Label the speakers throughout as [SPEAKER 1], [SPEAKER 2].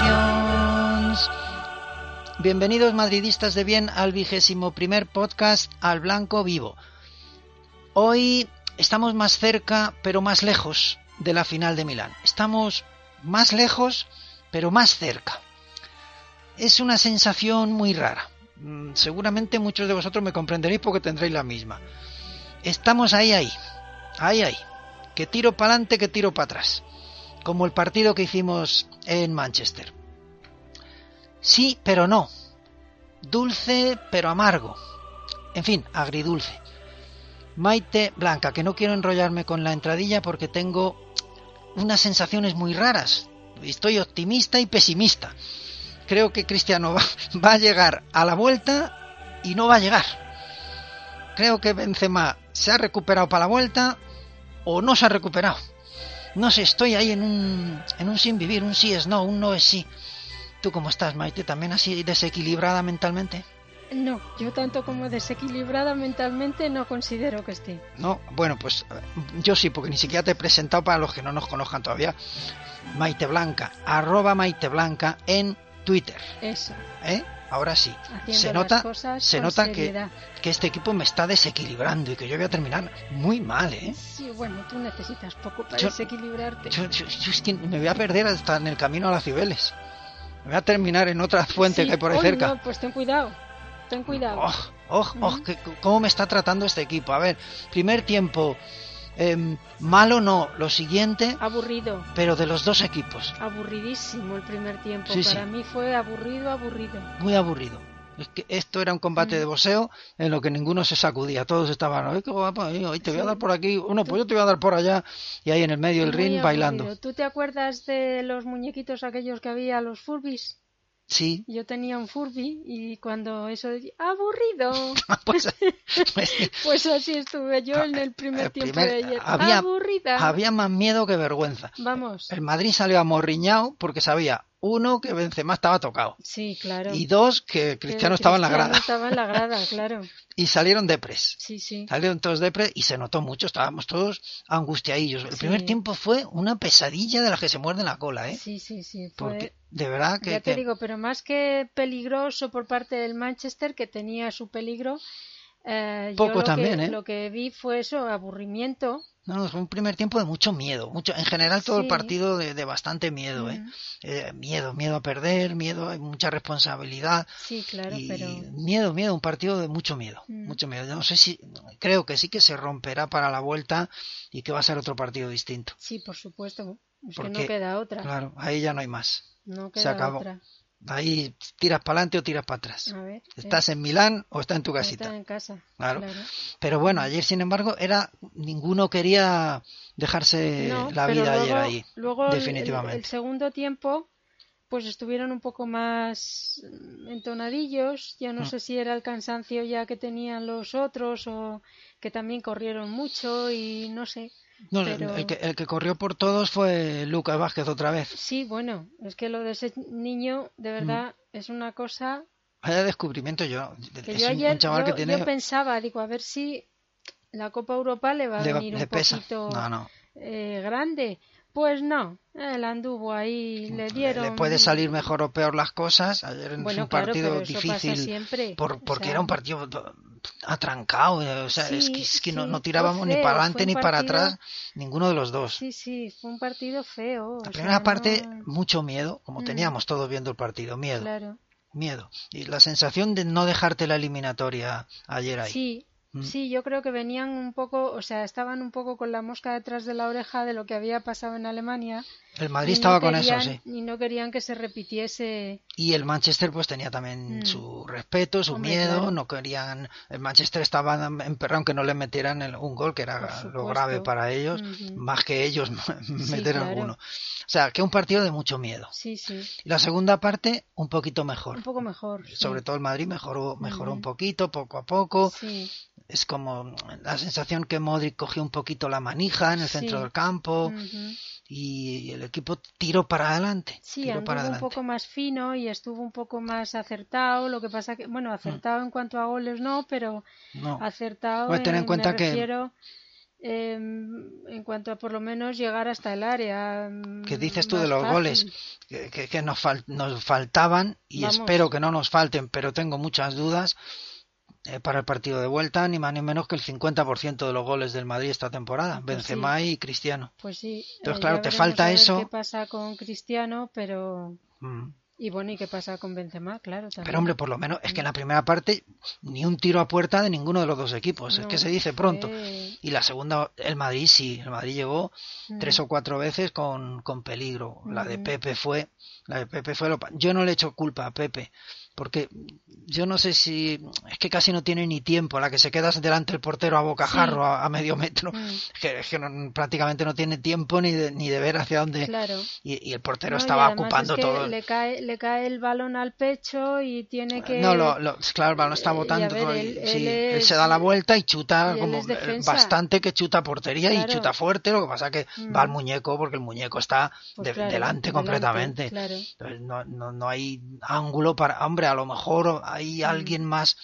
[SPEAKER 1] Champions. Bienvenidos madridistas de bien al vigésimo primer podcast al blanco vivo. Hoy estamos más cerca pero más lejos de la final de Milán. Estamos más lejos pero más cerca. Es una sensación muy rara. Mm, Seguramente muchos de vosotros me comprenderéis porque tendréis la misma. Estamos ahí, ahí, ahí, ahí. Que tiro para adelante, que tiro para atrás como el partido que hicimos en Manchester. Sí, pero no. Dulce, pero amargo. En fin, agridulce. Maite Blanca, que no quiero enrollarme con la entradilla porque tengo unas sensaciones muy raras. Estoy optimista y pesimista. Creo que Cristiano va, va a llegar a la vuelta y no va a llegar. Creo que Benzema se ha recuperado para la vuelta o no se ha recuperado no sé, estoy ahí en un, en un sin vivir, un sí es no, un no es sí. ¿Tú cómo estás, Maite? ¿También así desequilibrada mentalmente?
[SPEAKER 2] No, yo tanto como desequilibrada mentalmente no considero que esté.
[SPEAKER 1] No, bueno, pues eh, yo sí, porque ni siquiera te he presentado para los que no nos conozcan todavía. Maite Blanca, arroba Maite Blanca en Twitter.
[SPEAKER 2] Eso,
[SPEAKER 1] ¿eh? Ahora sí,
[SPEAKER 2] haciendo
[SPEAKER 1] se
[SPEAKER 2] las
[SPEAKER 1] nota,
[SPEAKER 2] cosas
[SPEAKER 1] se
[SPEAKER 2] con
[SPEAKER 1] nota que,
[SPEAKER 2] seriedad.
[SPEAKER 1] que este equipo me está desequilibrando y que yo voy a terminar muy mal, ¿eh?
[SPEAKER 2] Sí, bueno, tú necesitas poco para
[SPEAKER 1] Yo-
[SPEAKER 2] desequilibrarte.
[SPEAKER 1] Yo, yo- yo es que me voy a perder hasta en el camino a las Cibeles. Me voy a terminar en otra fuente
[SPEAKER 2] Sí,
[SPEAKER 1] que hay por ahí
[SPEAKER 2] hoy
[SPEAKER 1] cerca.
[SPEAKER 2] no, pues ten cuidado, ten cuidado.
[SPEAKER 1] Oh, oh, oh,
[SPEAKER 2] Ujú.
[SPEAKER 1] que- ¿Cómo me está tratando este equipo? A ver, primer tiempo, em, malo no, lo siguiente,
[SPEAKER 2] Ah. Aburrido,
[SPEAKER 1] pero de los dos equipos,
[SPEAKER 2] aburridísimo el primer tiempo.
[SPEAKER 1] Sí, sí.
[SPEAKER 2] para mí fue aburrido, aburrido.
[SPEAKER 1] muy aburrido. Es que esto era un combate de boxeo en lo que ninguno se sacudía, todos estaban, "Ay, qué guapo, ay, ay, te voy a
[SPEAKER 2] Sí.
[SPEAKER 1] dar por aquí, uno, pues yo te voy a dar por allá, y ahí en el medio del
[SPEAKER 2] Muy
[SPEAKER 1] ring
[SPEAKER 2] aburrido.
[SPEAKER 1] bailando.
[SPEAKER 2] ¿Tú te acuerdas de los muñequitos aquellos que había, los Furbis?
[SPEAKER 1] Sí,
[SPEAKER 2] Yo tenía un Furby y cuando eso de- aburrido,
[SPEAKER 1] pues, pues,
[SPEAKER 2] pues así estuve yo en el primer
[SPEAKER 1] Ah, el
[SPEAKER 2] tiempo
[SPEAKER 1] primer-
[SPEAKER 2] de ayer.
[SPEAKER 1] había-
[SPEAKER 2] Aburrida.
[SPEAKER 1] había más miedo que vergüenza.
[SPEAKER 2] Vamos.
[SPEAKER 1] El Madrid salió amorriñado porque sabía, uno, que Benzema estaba tocado,
[SPEAKER 2] Sí, claro.
[SPEAKER 1] y dos, que
[SPEAKER 2] Que
[SPEAKER 1] Cristiano estaba en la
[SPEAKER 2] Cristiano
[SPEAKER 1] grada.
[SPEAKER 2] Estaba en la grada, claro.
[SPEAKER 1] y salieron depres.
[SPEAKER 2] Sí, sí.
[SPEAKER 1] Salieron todos depres y se notó mucho, estábamos todos angustiadillos. El primer
[SPEAKER 2] Sí.
[SPEAKER 1] tiempo fue una pesadilla de las que se muerden la cola, ¿eh?
[SPEAKER 2] Sí, sí, sí. fue-
[SPEAKER 1] Porque de verdad que,
[SPEAKER 2] Ya te
[SPEAKER 1] que-
[SPEAKER 2] digo, pero más que peligroso por parte del Manchester, que tenía su peligro, eh,
[SPEAKER 1] Poco
[SPEAKER 2] yo lo
[SPEAKER 1] también,
[SPEAKER 2] que,
[SPEAKER 1] ¿eh?
[SPEAKER 2] lo que vi fue eso, aburrimiento.
[SPEAKER 1] no, no, fue un primer tiempo de mucho miedo, mucho en general todo el
[SPEAKER 2] Sí.
[SPEAKER 1] partido de, de bastante miedo, ¿eh?
[SPEAKER 2] Ujú.
[SPEAKER 1] Eh, miedo, miedo a perder, miedo, hay mucha responsabilidad
[SPEAKER 2] Sí, claro,
[SPEAKER 1] y
[SPEAKER 2] pero...
[SPEAKER 1] miedo, miedo, un partido de mucho miedo,
[SPEAKER 2] Mm.
[SPEAKER 1] mucho miedo. Yo no sé si creo que sí que se romperá para la vuelta y que va a ser otro partido distinto.
[SPEAKER 2] Sí, por supuesto. Es que
[SPEAKER 1] Porque,
[SPEAKER 2] no queda otra.
[SPEAKER 1] Claro, ahí ya no hay más.
[SPEAKER 2] No
[SPEAKER 1] se
[SPEAKER 2] queda
[SPEAKER 1] acabó.
[SPEAKER 2] otra.
[SPEAKER 1] Ahí tiras para adelante o tiras para atrás.
[SPEAKER 2] A ver,
[SPEAKER 1] Estás en Milán o estás en tu
[SPEAKER 2] eh,
[SPEAKER 1] casita.
[SPEAKER 2] está en casa.
[SPEAKER 1] Claro. Pero bueno, ayer sin embargo era ninguno quería dejarse
[SPEAKER 2] No,
[SPEAKER 1] eh, la
[SPEAKER 2] pero
[SPEAKER 1] vida ayer
[SPEAKER 2] luego-
[SPEAKER 1] ahí.
[SPEAKER 2] luego el- el-
[SPEAKER 1] definitivamente.
[SPEAKER 2] El, segundo tiempo, pues estuvieron un poco más mm, entonadillos. Ya no
[SPEAKER 1] Mm.
[SPEAKER 2] sé si era el cansancio ya que tenían los otros o que también corrieron mucho y no sé.
[SPEAKER 1] No,
[SPEAKER 2] pero-
[SPEAKER 1] el, que, el que corrió por todos fue Lucas Vázquez otra vez.
[SPEAKER 2] Sí, bueno, es que lo de ese niño, de
[SPEAKER 1] Mm.
[SPEAKER 2] verdad, es una cosa
[SPEAKER 1] Vaya descubrimiento yo.
[SPEAKER 2] que
[SPEAKER 1] es
[SPEAKER 2] yo
[SPEAKER 1] un-
[SPEAKER 2] ayer
[SPEAKER 1] un chaval
[SPEAKER 2] yo,
[SPEAKER 1] que
[SPEAKER 2] yo
[SPEAKER 1] tiene
[SPEAKER 2] pensaba, digo, a ver si la Copa Europa le va a
[SPEAKER 1] le, va-
[SPEAKER 2] venir
[SPEAKER 1] le
[SPEAKER 2] un
[SPEAKER 1] pesa.
[SPEAKER 2] poquito
[SPEAKER 1] No, no.
[SPEAKER 2] eh, grande. Pues no, él anduvo ahí, le dieron.
[SPEAKER 1] Mm, Le puede salir mejor o peor las cosas. Ayer en
[SPEAKER 2] Bueno,
[SPEAKER 1] un
[SPEAKER 2] claro,
[SPEAKER 1] partido
[SPEAKER 2] pero eso pasa
[SPEAKER 1] difícil.
[SPEAKER 2] siempre.
[SPEAKER 1] por-
[SPEAKER 2] O
[SPEAKER 1] porque
[SPEAKER 2] sea,
[SPEAKER 1] era un partido atrancado. eh, O sea, es que,
[SPEAKER 2] Sí,
[SPEAKER 1] es que no,
[SPEAKER 2] sí,
[SPEAKER 1] no
[SPEAKER 2] fue
[SPEAKER 1] tirábamos ni
[SPEAKER 2] feo,
[SPEAKER 1] para
[SPEAKER 2] fue
[SPEAKER 1] adelante
[SPEAKER 2] un
[SPEAKER 1] ni para
[SPEAKER 2] partido-
[SPEAKER 1] atrás ninguno de los dos.
[SPEAKER 2] Sí, sí, fue un partido feo.
[SPEAKER 1] La
[SPEAKER 2] o
[SPEAKER 1] primera
[SPEAKER 2] sea,
[SPEAKER 1] parte,
[SPEAKER 2] Pues no-
[SPEAKER 1] mucho miedo, como
[SPEAKER 2] Mm.
[SPEAKER 1] teníamos todos viendo el partido, miedo,
[SPEAKER 2] Claro.
[SPEAKER 1] miedo. Y la sensación de no dejarte la eliminatoria ayer ahí.
[SPEAKER 2] Sí,
[SPEAKER 1] Mm.
[SPEAKER 2] sí, yo creo que venían un poco, o sea, estaban un poco con la mosca detrás de la oreja de lo que había pasado en Alemania.
[SPEAKER 1] el
[SPEAKER 2] y
[SPEAKER 1] Madrid
[SPEAKER 2] no
[SPEAKER 1] estaba con eso,
[SPEAKER 2] querían-
[SPEAKER 1] sí.
[SPEAKER 2] Y no querían que se repitiese.
[SPEAKER 1] Y el Manchester pues tenía también
[SPEAKER 2] Mm.
[SPEAKER 1] su respeto, su
[SPEAKER 2] Hombre,
[SPEAKER 1] miedo,
[SPEAKER 2] claro.
[SPEAKER 1] no querían... El Manchester estaba emperrado en que no le metieran el- un gol, que
[SPEAKER 2] Por
[SPEAKER 1] era lo
[SPEAKER 2] supuesto.
[SPEAKER 1] grave para ellos,
[SPEAKER 2] Ujú.
[SPEAKER 1] más que ellos meter
[SPEAKER 2] claro.
[SPEAKER 1] alguno. O sea, que un partido de mucho miedo.
[SPEAKER 2] Sí, sí,
[SPEAKER 1] Y la segunda parte, un poquito
[SPEAKER 2] un
[SPEAKER 1] mejor.
[SPEAKER 2] poco mejor. sí.
[SPEAKER 1] Sobre todo el Madrid mejoró, mejoró un
[SPEAKER 2] Ujú.
[SPEAKER 1] poquito, poco a poco.
[SPEAKER 2] Sí,
[SPEAKER 1] es como la sensación que Modric cogió un poquito la manija en el
[SPEAKER 2] Sí. Mm.
[SPEAKER 1] centro del campo
[SPEAKER 2] ujú.
[SPEAKER 1] y el equipo tiró para adelante.
[SPEAKER 2] Sí,
[SPEAKER 1] tiró
[SPEAKER 2] anduvo
[SPEAKER 1] para
[SPEAKER 2] un
[SPEAKER 1] adelante.
[SPEAKER 2] poco más fino y estuvo un poco más acertado. Lo que pasa que,
[SPEAKER 1] Mm.
[SPEAKER 2] bueno, acertado en cuanto a goles no, pero
[SPEAKER 1] No. Bueno,
[SPEAKER 2] acertado
[SPEAKER 1] Pues ten en
[SPEAKER 2] me
[SPEAKER 1] cuenta que-
[SPEAKER 2] refiero, em, en cuanto a por lo menos llegar hasta el área. em,
[SPEAKER 1] ¿Qué dices tú de
[SPEAKER 2] más
[SPEAKER 1] los
[SPEAKER 2] fácil.
[SPEAKER 1] goles? Que, que- que nos, fal- nos faltaban y
[SPEAKER 2] Vamos.
[SPEAKER 1] espero que no nos falten, pero tengo muchas dudas eh, para el partido de vuelta, ni más ni menos que el 50% de los goles del Madrid esta temporada,
[SPEAKER 2] Pues sí.
[SPEAKER 1] Benzema y Cristiano.
[SPEAKER 2] Pues sí.
[SPEAKER 1] Entonces,
[SPEAKER 2] eh,
[SPEAKER 1] claro,
[SPEAKER 2] ya
[SPEAKER 1] te
[SPEAKER 2] veremos
[SPEAKER 1] falta
[SPEAKER 2] a ver
[SPEAKER 1] eso.
[SPEAKER 2] ¿Qué pasa con Cristiano? Pero
[SPEAKER 1] Mm.
[SPEAKER 2] y bueno, ¿y qué pasa con Benzema? Claro, también. Mm.
[SPEAKER 1] Pero hombre, por lo menos es que en la primera parte ni un tiro a puerta de ninguno de los dos equipos, pues es
[SPEAKER 2] No, eh.
[SPEAKER 1] que se dice pronto.
[SPEAKER 2] fue-
[SPEAKER 1] Y la segunda, el Madrid sí, el Madrid llegó
[SPEAKER 2] Mm.
[SPEAKER 1] tres o cuatro veces con, con peligro. La de
[SPEAKER 2] Ujú.
[SPEAKER 1] Pepe fue, la de Pepe fue lo pa- yo no le echo culpa a Pepe, porque yo no sé si es que casi no tiene ni tiempo, la que se queda delante del portero a bocajarro a, a medio metro,
[SPEAKER 2] Mm.
[SPEAKER 1] es que, es que no- prácticamente no tiene tiempo ni de, ni de ver hacia dónde
[SPEAKER 2] Claro.
[SPEAKER 1] y, y el portero
[SPEAKER 2] No, y
[SPEAKER 1] Eh, estaba
[SPEAKER 2] además
[SPEAKER 1] ocupando
[SPEAKER 2] es que
[SPEAKER 1] todo. Eh,
[SPEAKER 2] Le cae, le cae el balón al pecho y tiene que.
[SPEAKER 1] No, lo, lo- claro, el balón está
[SPEAKER 2] eh, y a
[SPEAKER 1] botando.
[SPEAKER 2] ver,
[SPEAKER 1] y-
[SPEAKER 2] él-
[SPEAKER 1] sí,
[SPEAKER 2] él
[SPEAKER 1] él
[SPEAKER 2] es-
[SPEAKER 1] se da la vuelta y chuta
[SPEAKER 2] y él
[SPEAKER 1] como eh,
[SPEAKER 2] es defensa.
[SPEAKER 1] bastante que chuta a portería
[SPEAKER 2] Claro.
[SPEAKER 1] y chuta fuerte. Lo que pasa que
[SPEAKER 2] Mm.
[SPEAKER 1] va al muñeco porque el muñeco está
[SPEAKER 2] Pues
[SPEAKER 1] de-
[SPEAKER 2] claro,
[SPEAKER 1] delante completamente.
[SPEAKER 2] claro.
[SPEAKER 1] Entonces, no, no, no hay ángulo para. Hombre, a lo mejor hay
[SPEAKER 2] Mm.
[SPEAKER 1] alguien más,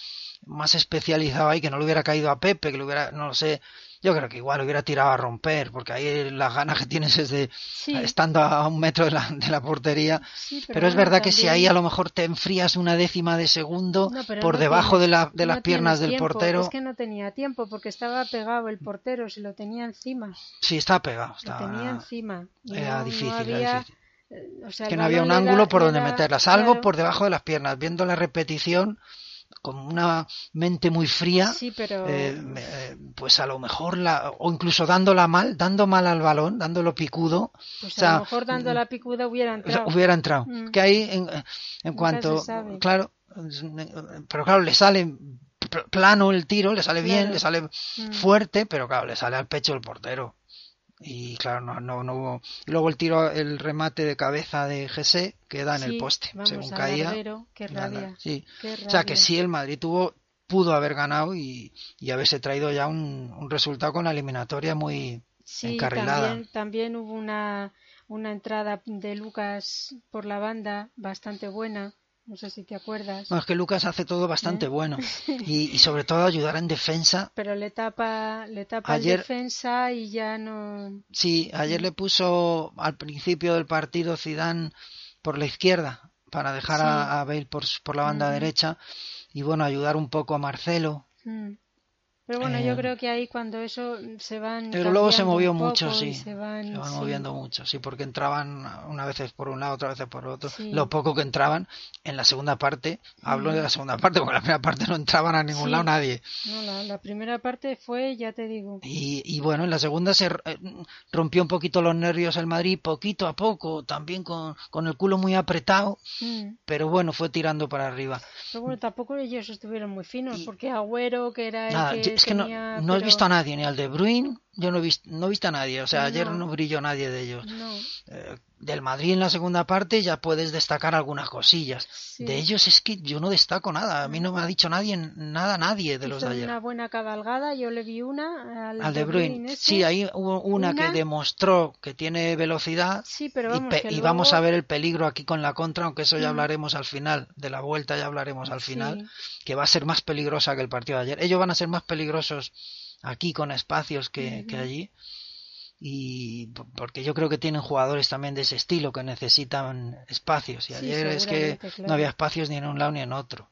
[SPEAKER 1] más especializado ahí que no le hubiera caído a Pepe, que le hubiera. No lo sé. Yo creo que igual lo hubiera tirado a romper, porque ahí las ganas que tienes es de
[SPEAKER 2] Sí,
[SPEAKER 1] estando a un metro de la, de la portería.
[SPEAKER 2] sí,
[SPEAKER 1] Pero, es
[SPEAKER 2] bueno,
[SPEAKER 1] verdad que si ahí
[SPEAKER 2] también-
[SPEAKER 1] a lo mejor te enfrías una décima de segundo
[SPEAKER 2] No, pero
[SPEAKER 1] por
[SPEAKER 2] no
[SPEAKER 1] debajo
[SPEAKER 2] tienes-
[SPEAKER 1] de, la- de
[SPEAKER 2] no
[SPEAKER 1] las piernas
[SPEAKER 2] tienes
[SPEAKER 1] del
[SPEAKER 2] tiempo,
[SPEAKER 1] portero,
[SPEAKER 2] Es que no tenía tiempo porque estaba pegado el portero, se lo tenía encima.
[SPEAKER 1] sí, está pegado.
[SPEAKER 2] Lo
[SPEAKER 1] estaba-
[SPEAKER 2] tenía encima. y
[SPEAKER 1] era
[SPEAKER 2] no- no
[SPEAKER 1] difícil, era
[SPEAKER 2] había,
[SPEAKER 1] difícil.
[SPEAKER 2] eh, o sea,
[SPEAKER 1] que
[SPEAKER 2] el
[SPEAKER 1] no había un
[SPEAKER 2] balón le
[SPEAKER 1] ángulo
[SPEAKER 2] da-
[SPEAKER 1] por
[SPEAKER 2] le
[SPEAKER 1] donde
[SPEAKER 2] da-
[SPEAKER 1] meterla, salvo
[SPEAKER 2] claro,
[SPEAKER 1] por debajo de las piernas. Viendo la repetición con una mente muy fría,
[SPEAKER 2] Sí, pero.
[SPEAKER 1] eh, me- eh, pues a lo mejor, la, o incluso dándola mal, dando mal al balón, dándolo picudo,
[SPEAKER 2] pues
[SPEAKER 1] o sea,
[SPEAKER 2] a lo mejor dando la picuda hubiera
[SPEAKER 1] O sea,
[SPEAKER 2] entrado.
[SPEAKER 1] hubiera entrado.
[SPEAKER 2] Mm.
[SPEAKER 1] Que ahí, en, en cuanto.
[SPEAKER 2] se sabe.
[SPEAKER 1] Claro, pero claro, le sale pl- plano el tiro, le sale bien,
[SPEAKER 2] Claro.
[SPEAKER 1] le sale
[SPEAKER 2] Mm.
[SPEAKER 1] fuerte, pero claro, le sale al pecho el portero. Y claro, no, no, no hubo. Y luego el tiro, el remate de cabeza de GC queda en el
[SPEAKER 2] Sí,
[SPEAKER 1] poste,
[SPEAKER 2] vamos,
[SPEAKER 1] según
[SPEAKER 2] al
[SPEAKER 1] caía.
[SPEAKER 2] larguero, qué
[SPEAKER 1] la- la-
[SPEAKER 2] rabia.
[SPEAKER 1] sí.
[SPEAKER 2] qué
[SPEAKER 1] O sea que
[SPEAKER 2] rabia.
[SPEAKER 1] sí, el Madrid tuvo pudo haber ganado y, y haberse traído ya un, un resultado con la eliminatoria muy
[SPEAKER 2] Sí,
[SPEAKER 1] encarrilada.
[SPEAKER 2] también, también hubo una, una entrada de Lucas por la banda bastante buena. No sé si te acuerdas.
[SPEAKER 1] No, es que Lucas hace todo bastante bueno y, y sobre todo ayudar en defensa.
[SPEAKER 2] Pero le tapa, le tapa al
[SPEAKER 1] Ayer-
[SPEAKER 2] defensa y ya no.
[SPEAKER 1] Sí, ayer le puso al principio del partido Zidane por la izquierda para dejar
[SPEAKER 2] Sí.
[SPEAKER 1] a, a Bale por, su- por la banda
[SPEAKER 2] Ujú.
[SPEAKER 1] derecha y bueno, ayudar un poco a Marcelo.
[SPEAKER 2] Mm, Pero bueno, yo
[SPEAKER 1] Eh,
[SPEAKER 2] creo que ahí cuando eso se van.
[SPEAKER 1] Pero luego se
[SPEAKER 2] Mm, cambiando
[SPEAKER 1] movió
[SPEAKER 2] un poco
[SPEAKER 1] mucho, sí.
[SPEAKER 2] y Se van,
[SPEAKER 1] Se van
[SPEAKER 2] sí.
[SPEAKER 1] moviendo mucho, sí, porque entraban una veces por un lado, otra veces por otro.
[SPEAKER 2] Sí.
[SPEAKER 1] Lo poco que entraban en la segunda parte, hablo de
[SPEAKER 2] Mm.
[SPEAKER 1] la segunda parte, porque en la primera parte no entraban a ningún
[SPEAKER 2] Sí.
[SPEAKER 1] lado nadie.
[SPEAKER 2] No, la, la primera parte fue, ya te digo.
[SPEAKER 1] Y, y bueno, en la segunda se r- eh, rompió un poquito los nervios el Madrid, poquito a poco, también con, con el culo muy apretado,
[SPEAKER 2] Mm.
[SPEAKER 1] pero bueno, fue tirando para arriba.
[SPEAKER 2] Pero bueno, tampoco ellos estuvieron muy finos,
[SPEAKER 1] Y-
[SPEAKER 2] porque Agüero, que era el
[SPEAKER 1] Nada,
[SPEAKER 2] que
[SPEAKER 1] yo- es que no,
[SPEAKER 2] tenía,
[SPEAKER 1] no he
[SPEAKER 2] pero-
[SPEAKER 1] visto a nadie, ni al de Bruin, yo no he visto, no he visto a nadie, o sea, ayer
[SPEAKER 2] No.
[SPEAKER 1] no brilló nadie de ellos.
[SPEAKER 2] No,
[SPEAKER 1] eh, del Madrid en la segunda parte ya puedes destacar algunas cosillas.
[SPEAKER 2] sí.
[SPEAKER 1] De ellos es que yo no destaco nada. A mí no me ha dicho nadie, nada, nadie de los
[SPEAKER 2] Hizo
[SPEAKER 1] de
[SPEAKER 2] una
[SPEAKER 1] ayer.
[SPEAKER 2] buena cabalgada, yo le vi una al, este.
[SPEAKER 1] Al de
[SPEAKER 2] Bruyne
[SPEAKER 1] Bruin.
[SPEAKER 2] ese.
[SPEAKER 1] Sí, ahí hubo una,
[SPEAKER 2] Una-
[SPEAKER 1] que demostró que tiene velocidad.
[SPEAKER 2] Sí, pero
[SPEAKER 1] Y,
[SPEAKER 2] vamos,
[SPEAKER 1] pe-
[SPEAKER 2] que
[SPEAKER 1] y vamos
[SPEAKER 2] luego-
[SPEAKER 1] a ver el peligro aquí con la contra, aunque eso ya
[SPEAKER 2] Mm.
[SPEAKER 1] hablaremos al final, de la vuelta ya hablaremos al final,
[SPEAKER 2] Sí.
[SPEAKER 1] que va a ser más peligrosa que el partido de ayer. Ellos van a ser más peligrosos aquí con espacios que, que
[SPEAKER 2] Ujú.
[SPEAKER 1] allí, y p- porque yo creo que tienen jugadores también de ese estilo que necesitan espacios, y
[SPEAKER 2] Sí,
[SPEAKER 1] ayer es que
[SPEAKER 2] seguramente, claro.
[SPEAKER 1] no había espacios ni en un lado ni en otro.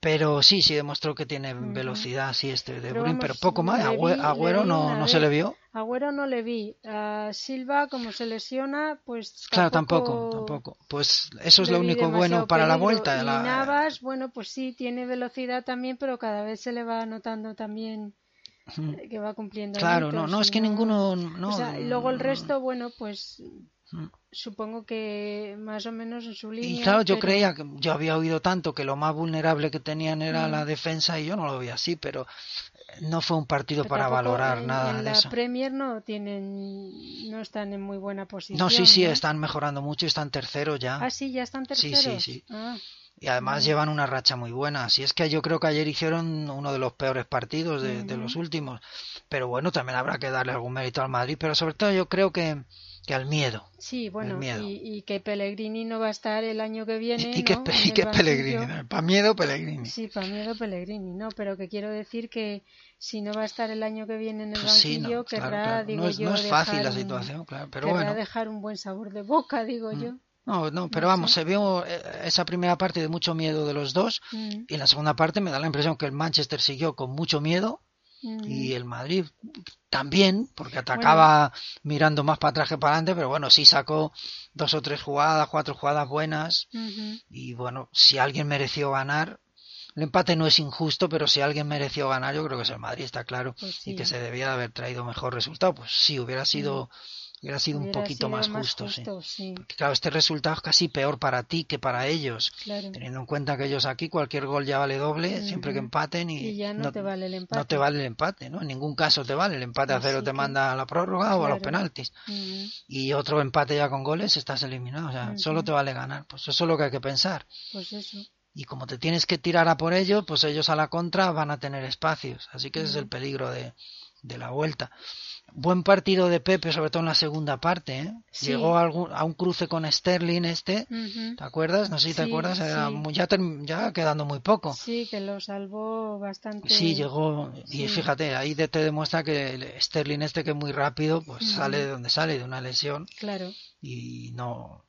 [SPEAKER 1] Pero sí, sí demostró que tiene
[SPEAKER 2] Ujú.
[SPEAKER 1] velocidad, sí, este de
[SPEAKER 2] Pero
[SPEAKER 1] Bruin,
[SPEAKER 2] vamos,
[SPEAKER 1] pero poco más.
[SPEAKER 2] le vi- ¿eh?
[SPEAKER 1] Agüe-
[SPEAKER 2] le
[SPEAKER 1] Agüero
[SPEAKER 2] vi
[SPEAKER 1] no,
[SPEAKER 2] una
[SPEAKER 1] no se
[SPEAKER 2] vez.
[SPEAKER 1] le vio.
[SPEAKER 2] Agüero no le vi. A Silva, como se lesiona, pues
[SPEAKER 1] Claro, tampoco, tampoco. Pues eso es
[SPEAKER 2] le
[SPEAKER 1] lo
[SPEAKER 2] vi
[SPEAKER 1] único bueno
[SPEAKER 2] demasiado
[SPEAKER 1] para la
[SPEAKER 2] peligro.
[SPEAKER 1] vuelta.
[SPEAKER 2] Y
[SPEAKER 1] la-
[SPEAKER 2] Navas, bueno, pues sí, tiene velocidad también, pero cada vez se le va notando también
[SPEAKER 1] Mm,
[SPEAKER 2] eh, que va cumpliendo.
[SPEAKER 1] Claro, no,
[SPEAKER 2] añitos
[SPEAKER 1] no,
[SPEAKER 2] y
[SPEAKER 1] es que
[SPEAKER 2] no-
[SPEAKER 1] ninguno. No,
[SPEAKER 2] O sea, y luego el
[SPEAKER 1] mm,
[SPEAKER 2] resto, bueno, pues
[SPEAKER 1] mm.
[SPEAKER 2] supongo que más o menos en su línea.
[SPEAKER 1] Y claro, yo
[SPEAKER 2] pero-
[SPEAKER 1] creía que yo había oído tanto que lo más vulnerable que tenían era
[SPEAKER 2] Mm.
[SPEAKER 1] la defensa y yo no lo vi así, pero eh, no fue un partido
[SPEAKER 2] pero
[SPEAKER 1] para
[SPEAKER 2] tampoco
[SPEAKER 1] valorar
[SPEAKER 2] en-
[SPEAKER 1] nada
[SPEAKER 2] en
[SPEAKER 1] de
[SPEAKER 2] la
[SPEAKER 1] eso.
[SPEAKER 2] Premier no tienen, no están en muy buena posición.
[SPEAKER 1] No, sí, sí,
[SPEAKER 2] ¿no?
[SPEAKER 1] están mejorando mucho, están terceros ya.
[SPEAKER 2] Ah, sí, ya están
[SPEAKER 1] Sí, sí,
[SPEAKER 2] terceros.
[SPEAKER 1] sí.
[SPEAKER 2] Ah,
[SPEAKER 1] Y además
[SPEAKER 2] Mm.
[SPEAKER 1] llevan una racha muy buena. Así es que yo creo que ayer hicieron uno de los peores partidos de, de
[SPEAKER 2] Ujú.
[SPEAKER 1] los últimos. Pero bueno, también habrá que darle algún mérito al Madrid. Pero sobre todo yo creo que, que al miedo.
[SPEAKER 2] sí, bueno,
[SPEAKER 1] miedo.
[SPEAKER 2] y, y que Pellegrini no va a estar el año que viene.
[SPEAKER 1] Y, y que,
[SPEAKER 2] ¿no?
[SPEAKER 1] Pe-
[SPEAKER 2] En
[SPEAKER 1] y
[SPEAKER 2] el
[SPEAKER 1] que
[SPEAKER 2] banquillo.
[SPEAKER 1] Pellegrini. Para miedo, Pellegrini.
[SPEAKER 2] Sí, para miedo Pellegrini, no, pero que quiero decir que si no va a estar el año que viene en el
[SPEAKER 1] Pues sí,
[SPEAKER 2] banquillo,
[SPEAKER 1] no, claro,
[SPEAKER 2] querrá,
[SPEAKER 1] claro.
[SPEAKER 2] digo
[SPEAKER 1] No es,
[SPEAKER 2] yo,
[SPEAKER 1] no es fácil
[SPEAKER 2] dejar
[SPEAKER 1] la
[SPEAKER 2] un-
[SPEAKER 1] situación, claro. Pero
[SPEAKER 2] querrá
[SPEAKER 1] bueno. Mm.
[SPEAKER 2] dejar un buen sabor de boca, digo yo.
[SPEAKER 1] No, no, pero
[SPEAKER 2] no
[SPEAKER 1] vamos,
[SPEAKER 2] sé.
[SPEAKER 1] se vio eh, esa primera parte de mucho miedo de los dos.
[SPEAKER 2] Mm,
[SPEAKER 1] Y en la segunda parte me da la impresión que el Manchester siguió con mucho miedo.
[SPEAKER 2] mm.
[SPEAKER 1] Y eh, el Madrid también, porque atacaba mirando más para atrás que para adelante, pero bueno, sí sacó dos o tres jugadas, cuatro jugadas buenas.
[SPEAKER 2] Ujú.
[SPEAKER 1] Y bueno, si alguien mereció ganar, el empate no es injusto, pero si alguien mereció ganar, yo creo que es el Madrid, está claro.
[SPEAKER 2] Pues
[SPEAKER 1] Y
[SPEAKER 2] sí.
[SPEAKER 1] que se debía de haber traído mejor resultado. Pues sí, hubiera sido, hubiera sido un
[SPEAKER 2] Mm. Hubiera
[SPEAKER 1] poquito
[SPEAKER 2] sido
[SPEAKER 1] más justo, sí.
[SPEAKER 2] sí.
[SPEAKER 1] Porque, claro, este resultado es casi peor para ti que para ellos.
[SPEAKER 2] claro.
[SPEAKER 1] Teniendo en cuenta que ellos aquí cualquier gol ya vale doble, siempre que
[SPEAKER 2] Ujú.
[SPEAKER 1] empaten y,
[SPEAKER 2] Y ya no, te vale el empate.
[SPEAKER 1] no te vale el empate, ¿no? En ningún caso te vale. El empate a
[SPEAKER 2] Así
[SPEAKER 1] cero te
[SPEAKER 2] que-
[SPEAKER 1] manda a la prórroga o a los
[SPEAKER 2] Claro.
[SPEAKER 1] penaltis.
[SPEAKER 2] Ujú.
[SPEAKER 1] Y otro empate ya con goles, estás eliminado. O sea,
[SPEAKER 2] Ujú.
[SPEAKER 1] solo te vale ganar. Pues eso es lo que hay que pensar.
[SPEAKER 2] Pues eso.
[SPEAKER 1] Y como te tienes que tirar a por ellos, pues ellos a la contra van a tener espacios. Así que ese es el
[SPEAKER 2] Ujú.
[SPEAKER 1] peligro de, de la vuelta. Buen partido de Pepe, sobre todo en la segunda parte. ¿eh?
[SPEAKER 2] Sí.
[SPEAKER 1] Llegó a, algún- a un cruce con Sterling este.
[SPEAKER 2] Ujú.
[SPEAKER 1] ¿Te acuerdas? No sé si te
[SPEAKER 2] Sí,
[SPEAKER 1] acuerdas. era
[SPEAKER 2] sí.
[SPEAKER 1] muy- ya, term- ya quedando muy poco.
[SPEAKER 2] Sí, que lo salvó bastante.
[SPEAKER 1] Sí, llegó. Y
[SPEAKER 2] Sí.
[SPEAKER 1] fíjate, ahí de- te demuestra que el Sterling este que es muy rápido, pues
[SPEAKER 2] Ujú.
[SPEAKER 1] sale de donde sale, de una lesión.
[SPEAKER 2] Claro.
[SPEAKER 1] Y no,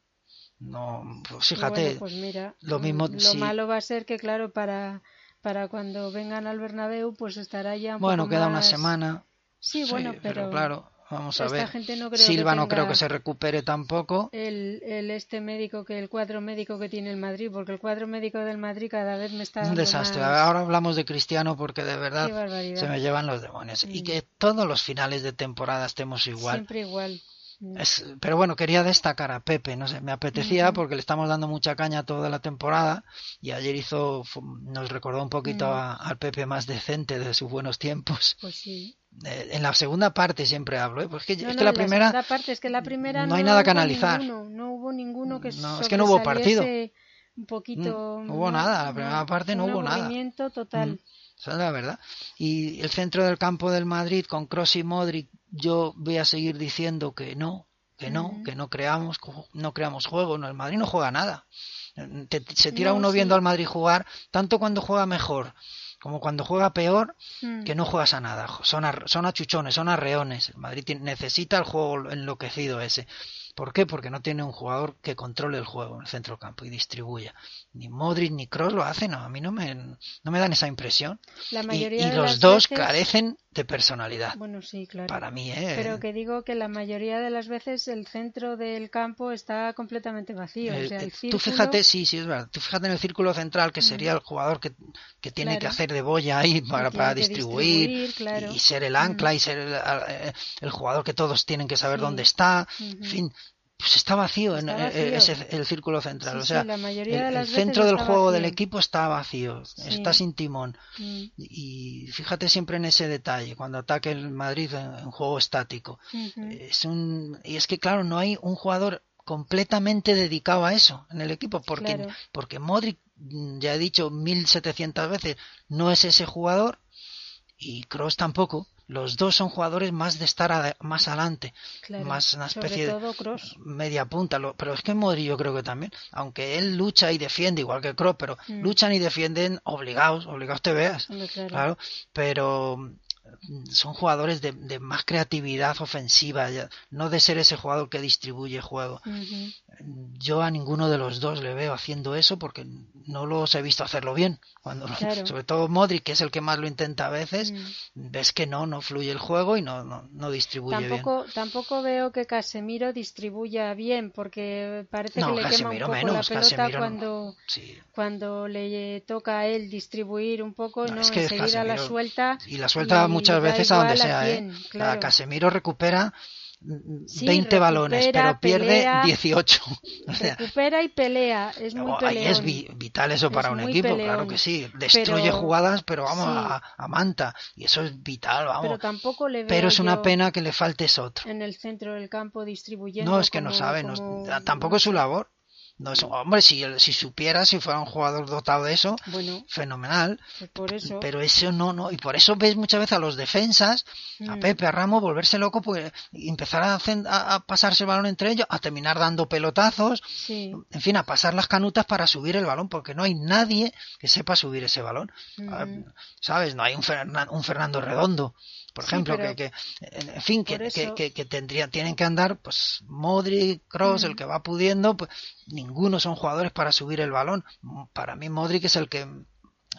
[SPEAKER 1] no, pues
[SPEAKER 2] Y
[SPEAKER 1] fíjate,
[SPEAKER 2] bueno, pues mira,
[SPEAKER 1] lo
[SPEAKER 2] mm,
[SPEAKER 1] mismo
[SPEAKER 2] lo
[SPEAKER 1] si-
[SPEAKER 2] malo va a ser que, claro, para, para cuando vengan al Bernabéu, pues estará ya un
[SPEAKER 1] bueno,
[SPEAKER 2] poco
[SPEAKER 1] queda una
[SPEAKER 2] más-
[SPEAKER 1] semana.
[SPEAKER 2] Sí,
[SPEAKER 1] sí,
[SPEAKER 2] bueno,
[SPEAKER 1] pero claro, vamos a
[SPEAKER 2] esta
[SPEAKER 1] ver.
[SPEAKER 2] gente no creo que
[SPEAKER 1] Silva no creo
[SPEAKER 2] tenga-
[SPEAKER 1] que se recupere tampoco.
[SPEAKER 2] El, el este médico que el cuadro médico que tiene el Madrid, porque el cuadro médico del Madrid cada vez me está
[SPEAKER 1] Un
[SPEAKER 2] dando
[SPEAKER 1] desastre.
[SPEAKER 2] más-
[SPEAKER 1] Ahora hablamos de Cristiano porque de
[SPEAKER 2] Qué
[SPEAKER 1] verdad
[SPEAKER 2] barbaridad.
[SPEAKER 1] se me llevan los demonios. Y
[SPEAKER 2] Mm.
[SPEAKER 1] que todos los finales de temporada estemos igual.
[SPEAKER 2] Siempre igual. Mm.
[SPEAKER 1] Es- pero bueno, quería destacar a Pepe, no sé, me apetecía
[SPEAKER 2] Ujú.
[SPEAKER 1] porque le estamos dando mucha caña toda la temporada y ayer hizo, fu- nos recordó un poquito
[SPEAKER 2] Ujú.
[SPEAKER 1] a- al Pepe más decente de sus buenos tiempos.
[SPEAKER 2] Pues sí.
[SPEAKER 1] Eh, en la segunda parte siempre hablo, ¿eh? Pues que-
[SPEAKER 2] No,
[SPEAKER 1] es
[SPEAKER 2] no,
[SPEAKER 1] que la
[SPEAKER 2] en
[SPEAKER 1] primera,
[SPEAKER 2] segunda parte, es que la primera
[SPEAKER 1] no hay nada que
[SPEAKER 2] hubo
[SPEAKER 1] analizar.
[SPEAKER 2] ninguno, no hubo ninguno que
[SPEAKER 1] No, es que no hubo partido.
[SPEAKER 2] sobresaliese Un poquito.
[SPEAKER 1] Mm, no hubo nada, la primera parte no
[SPEAKER 2] un
[SPEAKER 1] hubo nada.
[SPEAKER 2] aburrimiento total.
[SPEAKER 1] Mm, esa es la verdad. Y el centro del campo del Madrid con Cross y Modric, yo voy a seguir diciendo que no, que no,
[SPEAKER 2] Ujú.
[SPEAKER 1] que no creamos, ju- no creamos juego. No, el Madrid no juega nada. Te- se tira
[SPEAKER 2] No,
[SPEAKER 1] uno
[SPEAKER 2] sí.
[SPEAKER 1] viendo al Madrid jugar, tanto cuando juega mejor como cuando juega peor,
[SPEAKER 2] Mm.
[SPEAKER 1] que no juegas a nada. Son, a, son achuchones, son arreones. El Madrid tiene- necesita el juego enloquecido ese. ¿Por qué? Porque no tiene un jugador que controle el juego en el centro campo y distribuya. Ni Modric ni Cross lo hacen, no, a mí no me, no me dan esa impresión.
[SPEAKER 2] La
[SPEAKER 1] Y,
[SPEAKER 2] mayoría
[SPEAKER 1] y
[SPEAKER 2] de
[SPEAKER 1] los
[SPEAKER 2] las
[SPEAKER 1] dos
[SPEAKER 2] veces-
[SPEAKER 1] carecen de personalidad.
[SPEAKER 2] Bueno, sí, claro.
[SPEAKER 1] Para mí, ¿eh?
[SPEAKER 2] Pero que digo que la mayoría de las veces el centro del campo está completamente vacío.
[SPEAKER 1] El-
[SPEAKER 2] o sea, el
[SPEAKER 1] el-
[SPEAKER 2] círculo,
[SPEAKER 1] tú fíjate, sí, sí, es verdad. Tú fíjate en el círculo central, que sería el jugador que, que tiene que
[SPEAKER 2] Claro.
[SPEAKER 1] hacer de boya ahí para,
[SPEAKER 2] tiene
[SPEAKER 1] para
[SPEAKER 2] que
[SPEAKER 1] distribuir,
[SPEAKER 2] distribuir, claro. Mm.
[SPEAKER 1] y ser el ancla y ser el, eh, el jugador que todos tienen que saber
[SPEAKER 2] Sí.
[SPEAKER 1] dónde está. En
[SPEAKER 2] Ujú.
[SPEAKER 1] fin, pues está vacío, en,
[SPEAKER 2] Está
[SPEAKER 1] eh, eh,
[SPEAKER 2] vacío.
[SPEAKER 1] ese- el círculo central.
[SPEAKER 2] Sí,
[SPEAKER 1] o
[SPEAKER 2] sí,
[SPEAKER 1] sea,
[SPEAKER 2] la mayoría
[SPEAKER 1] el,
[SPEAKER 2] de
[SPEAKER 1] el
[SPEAKER 2] las veces
[SPEAKER 1] centro del
[SPEAKER 2] está
[SPEAKER 1] juego del
[SPEAKER 2] vacío.
[SPEAKER 1] equipo está vacío, está
[SPEAKER 2] Sí.
[SPEAKER 1] sin timón.
[SPEAKER 2] Mm,
[SPEAKER 1] Y y fíjate siempre en ese detalle, cuando ataque el Madrid en, en juego estático.
[SPEAKER 2] ujú.
[SPEAKER 1] Es un, y es que, claro, no hay un jugador completamente dedicado a eso en el equipo, porque,
[SPEAKER 2] Claro.
[SPEAKER 1] porque Modric, mm, ya he dicho 1700 veces, no es ese jugador y Kroos tampoco. Los dos son jugadores más de estar ade- más adelante,
[SPEAKER 2] Claro.
[SPEAKER 1] más una
[SPEAKER 2] Sobre
[SPEAKER 1] especie de-
[SPEAKER 2] todo Kroos.
[SPEAKER 1] media punta. lo- Pero es que Modric yo creo que también, aunque él lucha y defiende igual que Kroos, pero
[SPEAKER 2] Mm.
[SPEAKER 1] luchan y defienden obligados, obligados te veas.
[SPEAKER 2] Hombre, claro.
[SPEAKER 1] Claro, pero mm, son jugadores de, de más creatividad ofensiva, ya- no de ser ese jugador que distribuye juego.
[SPEAKER 2] Ujú.
[SPEAKER 1] Yo a ninguno de los dos le veo haciendo eso porque no los he visto hacerlo bien. Cuando, lo-
[SPEAKER 2] Claro.
[SPEAKER 1] Sobre todo Modric, que es el que más lo intenta a veces,
[SPEAKER 2] Mm.
[SPEAKER 1] ves que no, no fluye el juego y no, no, no distribuye bien.
[SPEAKER 2] Tampoco, tampoco veo que Casemiro distribuya bien, porque parece
[SPEAKER 1] No,
[SPEAKER 2] que le
[SPEAKER 1] Casemiro
[SPEAKER 2] quema un poco
[SPEAKER 1] menos,
[SPEAKER 2] la pelota
[SPEAKER 1] Casemiro no.
[SPEAKER 2] cuando,
[SPEAKER 1] Sí.
[SPEAKER 2] cuando le toca a él distribuir un poco,
[SPEAKER 1] No,
[SPEAKER 2] no,
[SPEAKER 1] es que
[SPEAKER 2] enseguida la
[SPEAKER 1] Casemiro-
[SPEAKER 2] suelta.
[SPEAKER 1] Y la suelta
[SPEAKER 2] y
[SPEAKER 1] muchas
[SPEAKER 2] da
[SPEAKER 1] veces a donde
[SPEAKER 2] igual
[SPEAKER 1] sea. ¿eh?
[SPEAKER 2] quién,
[SPEAKER 1] O sea,
[SPEAKER 2] claro.
[SPEAKER 1] Casemiro recupera mm,
[SPEAKER 2] Sí,
[SPEAKER 1] 20 balones,
[SPEAKER 2] recupera,
[SPEAKER 1] pero pierde
[SPEAKER 2] pelea.
[SPEAKER 1] 18. O sea,
[SPEAKER 2] Recupera y pelea, es muy
[SPEAKER 1] Oh, ahí es
[SPEAKER 2] peleón.
[SPEAKER 1] vi- vital eso para
[SPEAKER 2] Es
[SPEAKER 1] un
[SPEAKER 2] muy
[SPEAKER 1] equipo, claro
[SPEAKER 2] peleón.
[SPEAKER 1] que sí. Destruye
[SPEAKER 2] Pero-
[SPEAKER 1] jugadas, pero vamos
[SPEAKER 2] sí.
[SPEAKER 1] a, a manta. Y eso es vital,
[SPEAKER 2] Pero
[SPEAKER 1] vamos. Pero,
[SPEAKER 2] tampoco le veo
[SPEAKER 1] es una
[SPEAKER 2] yo
[SPEAKER 1] pena que le falte eso otro.
[SPEAKER 2] en el centro del campo distribuyendo.
[SPEAKER 1] No, es que no
[SPEAKER 2] como-
[SPEAKER 1] sabe, no-
[SPEAKER 2] como- Mm.
[SPEAKER 1] tampoco es su labor. No es, hombre, si, él- si supiera, si fuera un jugador dotado de eso,
[SPEAKER 2] Bueno,
[SPEAKER 1] fenomenal.
[SPEAKER 2] pues por eso.
[SPEAKER 1] Pero eso no, no. Y por eso ves muchas veces a los defensas, a
[SPEAKER 2] Mm.
[SPEAKER 1] Pepe, a Ramos, volverse loco, pues y empezar a, hacen- a- a pasarse el balón entre ellos, a terminar dando pelotazos.
[SPEAKER 2] Sí.
[SPEAKER 1] en fin, a pasar las canutas para subir el balón, porque no hay nadie que sepa subir ese balón. A-
[SPEAKER 2] Ujú.
[SPEAKER 1] ¿Sabes? No hay un, Fernan- un Fernando Redondo, por
[SPEAKER 2] Sí,
[SPEAKER 1] ejemplo,
[SPEAKER 2] pero-
[SPEAKER 1] que, que- en fin, que,
[SPEAKER 2] por
[SPEAKER 1] que,
[SPEAKER 2] eso-
[SPEAKER 1] que- que tendría- tienen que andar, pues, Modric, Cross, el
[SPEAKER 2] Mm.
[SPEAKER 1] que va pudiendo, pues, ninguno son jugadores para subir el balón. M- Para mí, Modric es el que,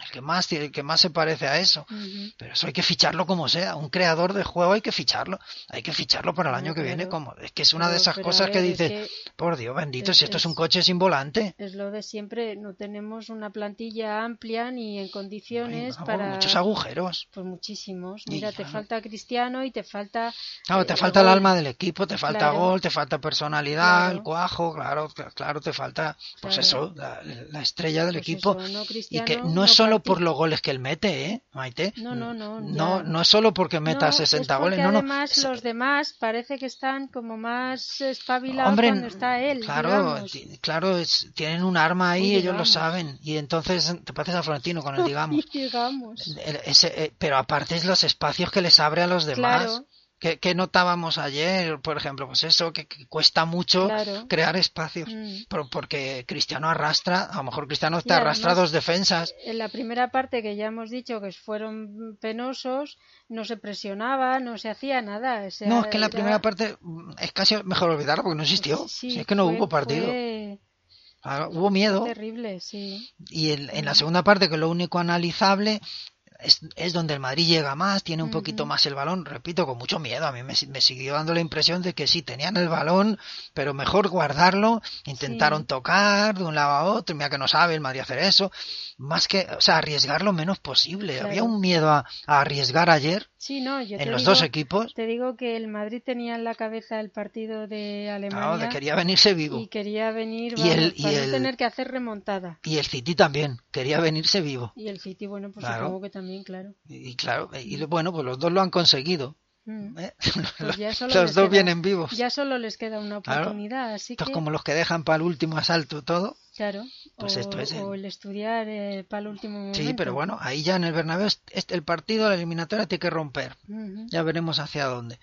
[SPEAKER 1] el que más, tiene- el que más se parece a eso.
[SPEAKER 2] Ujú.
[SPEAKER 1] Pero eso hay que ficharlo como sea. Un creador de juego hay que ficharlo. Hay que ficharlo para el
[SPEAKER 2] Ah,
[SPEAKER 1] año que viene.
[SPEAKER 2] claro.
[SPEAKER 1] Como, es que es una de
[SPEAKER 2] Pero-
[SPEAKER 1] esas
[SPEAKER 2] pero a
[SPEAKER 1] cosas que
[SPEAKER 2] ver, es
[SPEAKER 1] dices,
[SPEAKER 2] que-
[SPEAKER 1] por Dios bendito,
[SPEAKER 2] es-
[SPEAKER 1] si esto es un
[SPEAKER 2] es-
[SPEAKER 1] coche sin volante.
[SPEAKER 2] Es lo de siempre, no tenemos una plantilla amplia ni en
[SPEAKER 1] Ay,
[SPEAKER 2] condiciones
[SPEAKER 1] vamos,
[SPEAKER 2] para...
[SPEAKER 1] Muchos agujeros.
[SPEAKER 2] Pues muchísimos.
[SPEAKER 1] Y
[SPEAKER 2] Mira, te
[SPEAKER 1] claro.
[SPEAKER 2] falta Cristiano y te falta...
[SPEAKER 1] Claro,
[SPEAKER 2] eh,
[SPEAKER 1] te falta el
[SPEAKER 2] gol.
[SPEAKER 1] alma del equipo, te falta
[SPEAKER 2] Claro.
[SPEAKER 1] gol, te falta personalidad, el
[SPEAKER 2] Claro.
[SPEAKER 1] cuajo, claro, cl- claro, te falta, pues
[SPEAKER 2] Claro.
[SPEAKER 1] eso, la, la estrella del
[SPEAKER 2] Pues
[SPEAKER 1] equipo.
[SPEAKER 2] eso, no,
[SPEAKER 1] y
[SPEAKER 2] Cristiano,
[SPEAKER 1] que no,
[SPEAKER 2] no
[SPEAKER 1] es solo
[SPEAKER 2] Parti.
[SPEAKER 1] por los goles que él mete, ¿eh, Maite?
[SPEAKER 2] No, no, no,
[SPEAKER 1] No,
[SPEAKER 2] ya.
[SPEAKER 1] no es solo porque meta
[SPEAKER 2] No, es
[SPEAKER 1] 60
[SPEAKER 2] porque
[SPEAKER 1] goles, no, no.
[SPEAKER 2] además
[SPEAKER 1] es-
[SPEAKER 2] los demás parece que están como más espabilados
[SPEAKER 1] Hombre,
[SPEAKER 2] cuando está él,
[SPEAKER 1] claro,
[SPEAKER 2] digamos.
[SPEAKER 1] ti- claro, es- tienen un arma ahí,
[SPEAKER 2] Uy,
[SPEAKER 1] ellos lo
[SPEAKER 2] digamos.
[SPEAKER 1] saben. Y entonces te pareces a Florentino con el digamos.
[SPEAKER 2] Digamos.
[SPEAKER 1] El- ese- eh, pero aparte es los espacios que les abre a los demás.
[SPEAKER 2] Claro.
[SPEAKER 1] Que, que notábamos ayer, por ejemplo, pues eso, que, que cuesta mucho
[SPEAKER 2] Claro.
[SPEAKER 1] crear espacios.
[SPEAKER 2] Mm.
[SPEAKER 1] Pero porque Cristiano arrastra, a lo mejor Cristiano te
[SPEAKER 2] además-
[SPEAKER 1] arrastra dos defensas.
[SPEAKER 2] En la primera parte que ya hemos dicho que fueron penosos, no se presionaba, no se hacía nada. o sea,
[SPEAKER 1] no, es que en la
[SPEAKER 2] era-
[SPEAKER 1] primera parte mm, es casi mejor olvidarla porque no existió.
[SPEAKER 2] Sí,
[SPEAKER 1] Si es que no
[SPEAKER 2] fue-
[SPEAKER 1] hubo partido.
[SPEAKER 2] fue
[SPEAKER 1] Ah, Hubo miedo.
[SPEAKER 2] terrible, sí.
[SPEAKER 1] Y en, en la segunda parte, que lo único analizable es, es donde el Madrid llega más, tiene un poquito
[SPEAKER 2] Ujú.
[SPEAKER 1] más el balón, repito, con mucho miedo. A mí me, si- me siguió dando la impresión de que sí, tenían el balón, pero mejor guardarlo. Intentaron
[SPEAKER 2] Sí.
[SPEAKER 1] tocar de un lado a otro, mira que no sabe el Madrid hacer eso. Más que, o sea, arriesgar lo menos posible.
[SPEAKER 2] Claro.
[SPEAKER 1] Había un miedo a, a arriesgar ayer
[SPEAKER 2] Sí, no, yo te
[SPEAKER 1] en los
[SPEAKER 2] digo,
[SPEAKER 1] dos equipos.
[SPEAKER 2] Te digo que el Madrid tenía en la cabeza el partido de
[SPEAKER 1] Claro,
[SPEAKER 2] Alemania
[SPEAKER 1] de quería venirse vivo.
[SPEAKER 2] y quería venir
[SPEAKER 1] Y
[SPEAKER 2] vamos,
[SPEAKER 1] el- y
[SPEAKER 2] para
[SPEAKER 1] el-
[SPEAKER 2] no tener que hacer remontada.
[SPEAKER 1] Y el City también, quería venirse vivo.
[SPEAKER 2] Y el City, bueno, pues
[SPEAKER 1] Claro.
[SPEAKER 2] supongo que también, claro.
[SPEAKER 1] Y, y claro, y bueno, pues los dos lo han conseguido.
[SPEAKER 2] Mm.
[SPEAKER 1] ¿eh?
[SPEAKER 2] Pues ya
[SPEAKER 1] los
[SPEAKER 2] solo
[SPEAKER 1] los
[SPEAKER 2] les
[SPEAKER 1] dos
[SPEAKER 2] queda-
[SPEAKER 1] vienen vivos.
[SPEAKER 2] Ya solo les queda una
[SPEAKER 1] Claro.
[SPEAKER 2] oportunidad, así
[SPEAKER 1] Esto es
[SPEAKER 2] que,
[SPEAKER 1] como los que dejan para el último asalto todo.
[SPEAKER 2] claro,
[SPEAKER 1] Pues
[SPEAKER 2] o,
[SPEAKER 1] esto es, eh.
[SPEAKER 2] o el estudiar eh, para el último momento.
[SPEAKER 1] Sí, pero bueno, ahí ya en el Bernabéu est- est- el partido, la eliminatoria tiene que romper.
[SPEAKER 2] Ujú.
[SPEAKER 1] Ya veremos hacia dónde.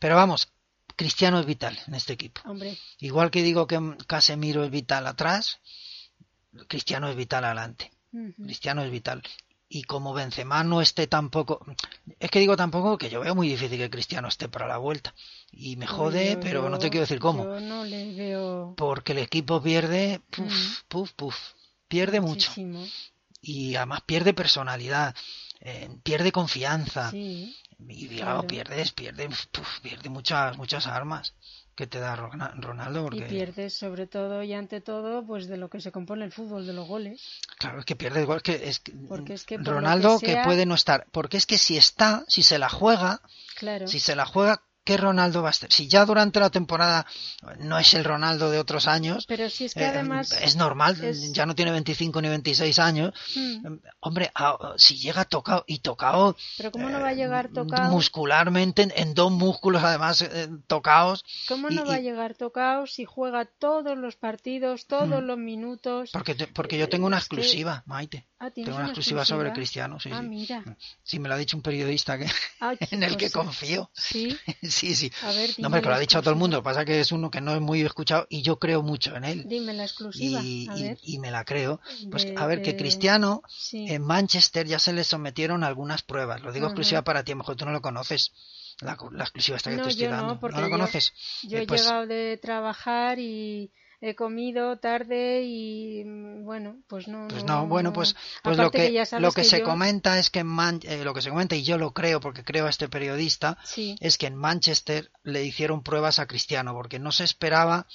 [SPEAKER 1] Pero vamos, Cristiano es vital en este equipo.
[SPEAKER 2] Hombre,
[SPEAKER 1] Igual que digo que mm, Casemiro es vital atrás, Cristiano es vital adelante.
[SPEAKER 2] ujú.
[SPEAKER 1] Pues Cristiano es vital. y como Benzema no esté tampoco, es que digo tampoco que yo veo muy difícil que Cristiano esté para la vuelta y me jode,
[SPEAKER 2] Yo-
[SPEAKER 1] pero no te
[SPEAKER 2] yo-
[SPEAKER 1] quiero decir cómo,
[SPEAKER 2] Yo no le veo
[SPEAKER 1] porque el equipo pierde,
[SPEAKER 2] Mm.
[SPEAKER 1] puf, puf, puf, pierde Pues mucho
[SPEAKER 2] muchísimo.
[SPEAKER 1] y además pierde personalidad, eh, pierde confianza
[SPEAKER 2] Sí,
[SPEAKER 1] y digamos
[SPEAKER 2] claro.
[SPEAKER 1] pierdes, pierde, puf, pierde muchas muchas armas que te da Rona- Ronaldo,
[SPEAKER 2] y
[SPEAKER 1] porque
[SPEAKER 2] pierdes sobre todo y ante todo pues de lo que se compone el fútbol, de los goles.
[SPEAKER 1] Claro, es que pierde igual que es que-
[SPEAKER 2] Porque es que por lo que
[SPEAKER 1] Ronaldo que,
[SPEAKER 2] sea-
[SPEAKER 1] puede no estar, porque es que si está, si se la juega,
[SPEAKER 2] Claro.
[SPEAKER 1] si se la juega, ¿qué Ronaldo va a estar? Si ya durante la temporada no es el Ronaldo de otros años,
[SPEAKER 2] Pero si es que
[SPEAKER 1] eh,
[SPEAKER 2] además
[SPEAKER 1] es normal,
[SPEAKER 2] es-
[SPEAKER 1] ya no tiene 25 ni 26 años.
[SPEAKER 2] Mm,
[SPEAKER 1] Eh, Hombre, a- si llega tocado y tocado
[SPEAKER 2] pero cómo no va a
[SPEAKER 1] eh,
[SPEAKER 2] llegar tocado?
[SPEAKER 1] muscularmente en, en dos músculos además eh, tocados,
[SPEAKER 2] ¿Cómo
[SPEAKER 1] y-
[SPEAKER 2] no va a
[SPEAKER 1] y-
[SPEAKER 2] llegar tocado si juega todos los partidos, todos
[SPEAKER 1] Mm.
[SPEAKER 2] los minutos?
[SPEAKER 1] porque te- porque yo tengo una
[SPEAKER 2] Eh, es que-
[SPEAKER 1] exclusiva, Maite.
[SPEAKER 2] Ah, ¿tienes
[SPEAKER 1] Tengo una exclusiva sobre Cristiano, sí,
[SPEAKER 2] Ah,
[SPEAKER 1] sí.
[SPEAKER 2] mira.
[SPEAKER 1] Sí, me lo ha dicho un periodista que
[SPEAKER 2] Ah,
[SPEAKER 1] en el que
[SPEAKER 2] pues,
[SPEAKER 1] confío.
[SPEAKER 2] Sí,
[SPEAKER 1] Sí, sí.
[SPEAKER 2] a ver, dime
[SPEAKER 1] No, hombre, que lo
[SPEAKER 2] la
[SPEAKER 1] ha dicho a todo el
[SPEAKER 2] exclusiva.
[SPEAKER 1] mundo. Lo que pasa es que es uno que no es muy escuchado y yo creo mucho en él.
[SPEAKER 2] Dime la exclusiva,
[SPEAKER 1] Y,
[SPEAKER 2] a
[SPEAKER 1] y-
[SPEAKER 2] ver.
[SPEAKER 1] y me la creo. Pues
[SPEAKER 2] De-
[SPEAKER 1] a ver, que
[SPEAKER 2] de-
[SPEAKER 1] Cristiano eh,
[SPEAKER 2] Sí.
[SPEAKER 1] en Manchester ya se le sometieron algunas pruebas. Lo digo
[SPEAKER 2] Ajá.
[SPEAKER 1] exclusiva para ti, a lo mejor tú no lo conoces. La, la exclusiva esta que
[SPEAKER 2] No,
[SPEAKER 1] te estoy
[SPEAKER 2] yo no,
[SPEAKER 1] dando.
[SPEAKER 2] porque
[SPEAKER 1] lo
[SPEAKER 2] yo-
[SPEAKER 1] conoces?
[SPEAKER 2] Yo
[SPEAKER 1] Eh,
[SPEAKER 2] he
[SPEAKER 1] pues-
[SPEAKER 2] llegado de trabajar y he comido tarde y mm, bueno, pues no.
[SPEAKER 1] Pues no, bueno, pues, pues lo
[SPEAKER 2] Aparte
[SPEAKER 1] que,
[SPEAKER 2] ya
[SPEAKER 1] lo
[SPEAKER 2] sabes
[SPEAKER 1] que, se
[SPEAKER 2] yo-
[SPEAKER 1] comenta es que en Man- eh, lo que se comenta, y yo lo creo porque creo a este periodista,
[SPEAKER 2] Sí,
[SPEAKER 1] es que en Manchester le hicieron pruebas a Cristiano porque no se esperaba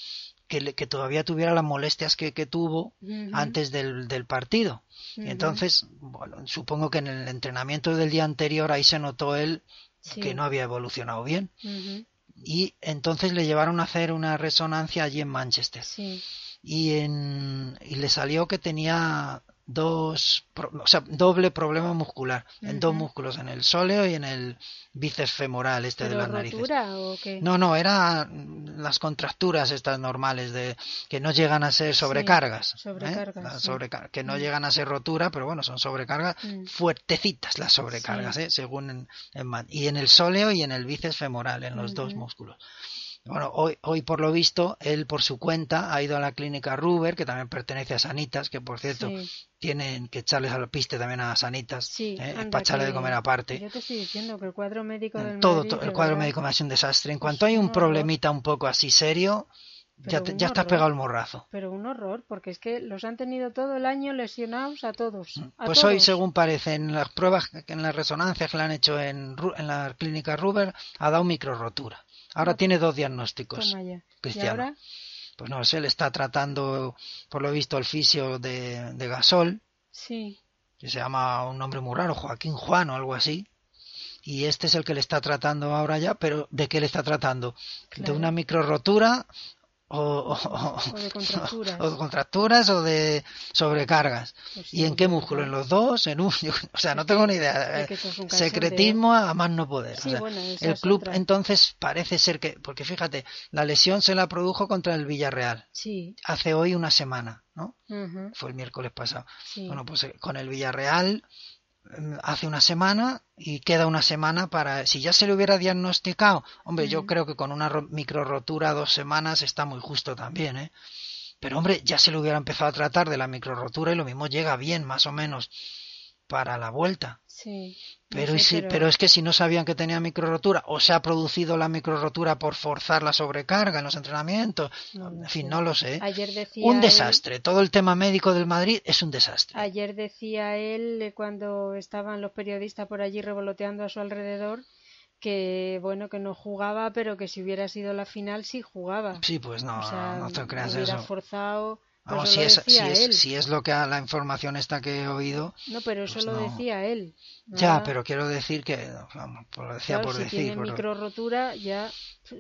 [SPEAKER 1] que, le- que todavía tuviera las molestias que, que tuvo
[SPEAKER 2] Ujú.
[SPEAKER 1] antes del, del partido. Y
[SPEAKER 2] Ujú.
[SPEAKER 1] entonces, bueno, supongo que en el entrenamiento del día anterior ahí se notó él
[SPEAKER 2] Sí.
[SPEAKER 1] que no había evolucionado bien.
[SPEAKER 2] Ujú.
[SPEAKER 1] Y entonces le llevaron a hacer una resonancia allí en Manchester.
[SPEAKER 2] Sí,
[SPEAKER 1] Y, en, y le salió que tenía dos, pro- o sea, doble problema muscular, en dos
[SPEAKER 2] Ujú.
[SPEAKER 1] músculos, en el sóleo y en el bíceps femoral este de
[SPEAKER 2] pero
[SPEAKER 1] las narices.
[SPEAKER 2] rotura o qué?
[SPEAKER 1] No, no, eran las contracturas estas normales de que no llegan a ser
[SPEAKER 2] Sí,
[SPEAKER 1] sobrecargas, ¿eh?
[SPEAKER 2] sobrecargas,
[SPEAKER 1] Las
[SPEAKER 2] sí.
[SPEAKER 1] sobrecar- que no
[SPEAKER 2] Mm.
[SPEAKER 1] llegan a ser rotura, pero bueno, son sobrecargas
[SPEAKER 2] Mm.
[SPEAKER 1] fuertecitas las sobrecargas,
[SPEAKER 2] Sí.
[SPEAKER 1] ¿eh? según en, en Man- y en el sóleo y en el bíceps femoral, en los dos
[SPEAKER 2] Ujú.
[SPEAKER 1] músculos. Bueno, hoy, hoy por lo visto, él por su cuenta ha ido a la clínica Ruber, que también pertenece a Sanitas, que por cierto,
[SPEAKER 2] Sí,
[SPEAKER 1] tienen que echarles al piste también a Sanitas,
[SPEAKER 2] sí,
[SPEAKER 1] ¿eh? Es
[SPEAKER 2] anda,
[SPEAKER 1] para echarle de
[SPEAKER 2] que-
[SPEAKER 1] comer aparte.
[SPEAKER 2] Yo te estoy diciendo que el cuadro médico del
[SPEAKER 1] Mm, Todo,
[SPEAKER 2] Madrid,
[SPEAKER 1] todo,
[SPEAKER 2] de
[SPEAKER 1] el cuadro
[SPEAKER 2] verdad,
[SPEAKER 1] médico me hace un desastre. En
[SPEAKER 2] Pues
[SPEAKER 1] cuanto hay
[SPEAKER 2] un
[SPEAKER 1] un
[SPEAKER 2] horror.
[SPEAKER 1] problemita un poco así serio, ya,
[SPEAKER 2] Pero
[SPEAKER 1] te,
[SPEAKER 2] un
[SPEAKER 1] ya estás
[SPEAKER 2] horror.
[SPEAKER 1] pegado al morrazo.
[SPEAKER 2] Pero un horror, porque es que los han tenido todo el año lesionados a todos. a
[SPEAKER 1] Pues hoy,
[SPEAKER 2] todos.
[SPEAKER 1] según parece, en las pruebas, en las resonancias que le han hecho en, Ru- en la clínica Ruber, ha dado microrotura. Ahora
[SPEAKER 2] Ah,
[SPEAKER 1] tiene dos diagnósticos.
[SPEAKER 2] Toma ya.
[SPEAKER 1] Cristiano.
[SPEAKER 2] Y ahora,
[SPEAKER 1] Pues no sé, le está tratando, por lo visto, el fisio de, de Gasol,
[SPEAKER 2] sí.
[SPEAKER 1] que se llama un nombre muy raro, Joaquín Juan o algo así. Y este es el que le está tratando ahora ya, pero ¿de qué le está tratando? ¿De
[SPEAKER 2] Claro.
[SPEAKER 1] una microrotura o, o- o-
[SPEAKER 2] O de contracturas.
[SPEAKER 1] o de contracturas o de sobrecargas?
[SPEAKER 2] Pues
[SPEAKER 1] ¿Y en
[SPEAKER 2] sí,
[SPEAKER 1] qué
[SPEAKER 2] de
[SPEAKER 1] músculo?
[SPEAKER 2] verdad.
[SPEAKER 1] ¿En los dos? ¿En un? Yo- o sea, no tengo ni idea.
[SPEAKER 2] Es que esto es un cachondeo.
[SPEAKER 1] Secretismo a más no poder.
[SPEAKER 2] Sí,
[SPEAKER 1] O sea,
[SPEAKER 2] bueno, esa
[SPEAKER 1] el
[SPEAKER 2] es
[SPEAKER 1] club
[SPEAKER 2] otra.
[SPEAKER 1] entonces parece ser que, porque fíjate, la lesión se la produjo contra el Villarreal
[SPEAKER 2] Sí.
[SPEAKER 1] hace hoy una semana, ¿no?
[SPEAKER 2] Ajá,
[SPEAKER 1] Fue el miércoles pasado.
[SPEAKER 2] sí.
[SPEAKER 1] Bueno, pues eh, con el Villarreal mm, hace una semana y queda una semana para si ya se le hubiera diagnosticado hombre yo
[SPEAKER 2] Ujú.
[SPEAKER 1] creo que con una ro- micro rotura dos semanas está muy justo también ¿eh? pero hombre ya se le hubiera empezado a tratar de la micro rotura y lo mismo llega bien más o menos para la vuelta
[SPEAKER 2] sí. No
[SPEAKER 1] pero,
[SPEAKER 2] sé,
[SPEAKER 1] y si- pero es que si no sabían que tenía micro rotura o se ha producido la micro rotura por forzar la sobrecarga en los entrenamientos
[SPEAKER 2] No lo
[SPEAKER 1] en fin
[SPEAKER 2] sé.
[SPEAKER 1] no lo sé
[SPEAKER 2] Ayer decía
[SPEAKER 1] un
[SPEAKER 2] él-
[SPEAKER 1] desastre todo el tema médico del Madrid es un desastre
[SPEAKER 2] Ayer decía él, eh, cuando estaban los periodistas por allí revoloteando a su alrededor, que bueno, que no jugaba, pero que si hubiera sido la final, sí jugaba.
[SPEAKER 1] Sí, pues no,
[SPEAKER 2] o sea,
[SPEAKER 1] no te creas
[SPEAKER 2] hubiera
[SPEAKER 1] eso.
[SPEAKER 2] forzado. pero
[SPEAKER 1] Vamos,
[SPEAKER 2] eso
[SPEAKER 1] si
[SPEAKER 2] pues lo
[SPEAKER 1] es, si,
[SPEAKER 2] decía él.
[SPEAKER 1] es, si es lo que la información esta que he oído,
[SPEAKER 2] No, pero eso
[SPEAKER 1] pues
[SPEAKER 2] lo
[SPEAKER 1] no.
[SPEAKER 2] decía él. ¿no?
[SPEAKER 1] ya, pero quiero decir que, vamos, por- lo decía
[SPEAKER 2] Claro,
[SPEAKER 1] por
[SPEAKER 2] si
[SPEAKER 1] decir,
[SPEAKER 2] tiene
[SPEAKER 1] pero
[SPEAKER 2] micro rotura, ya.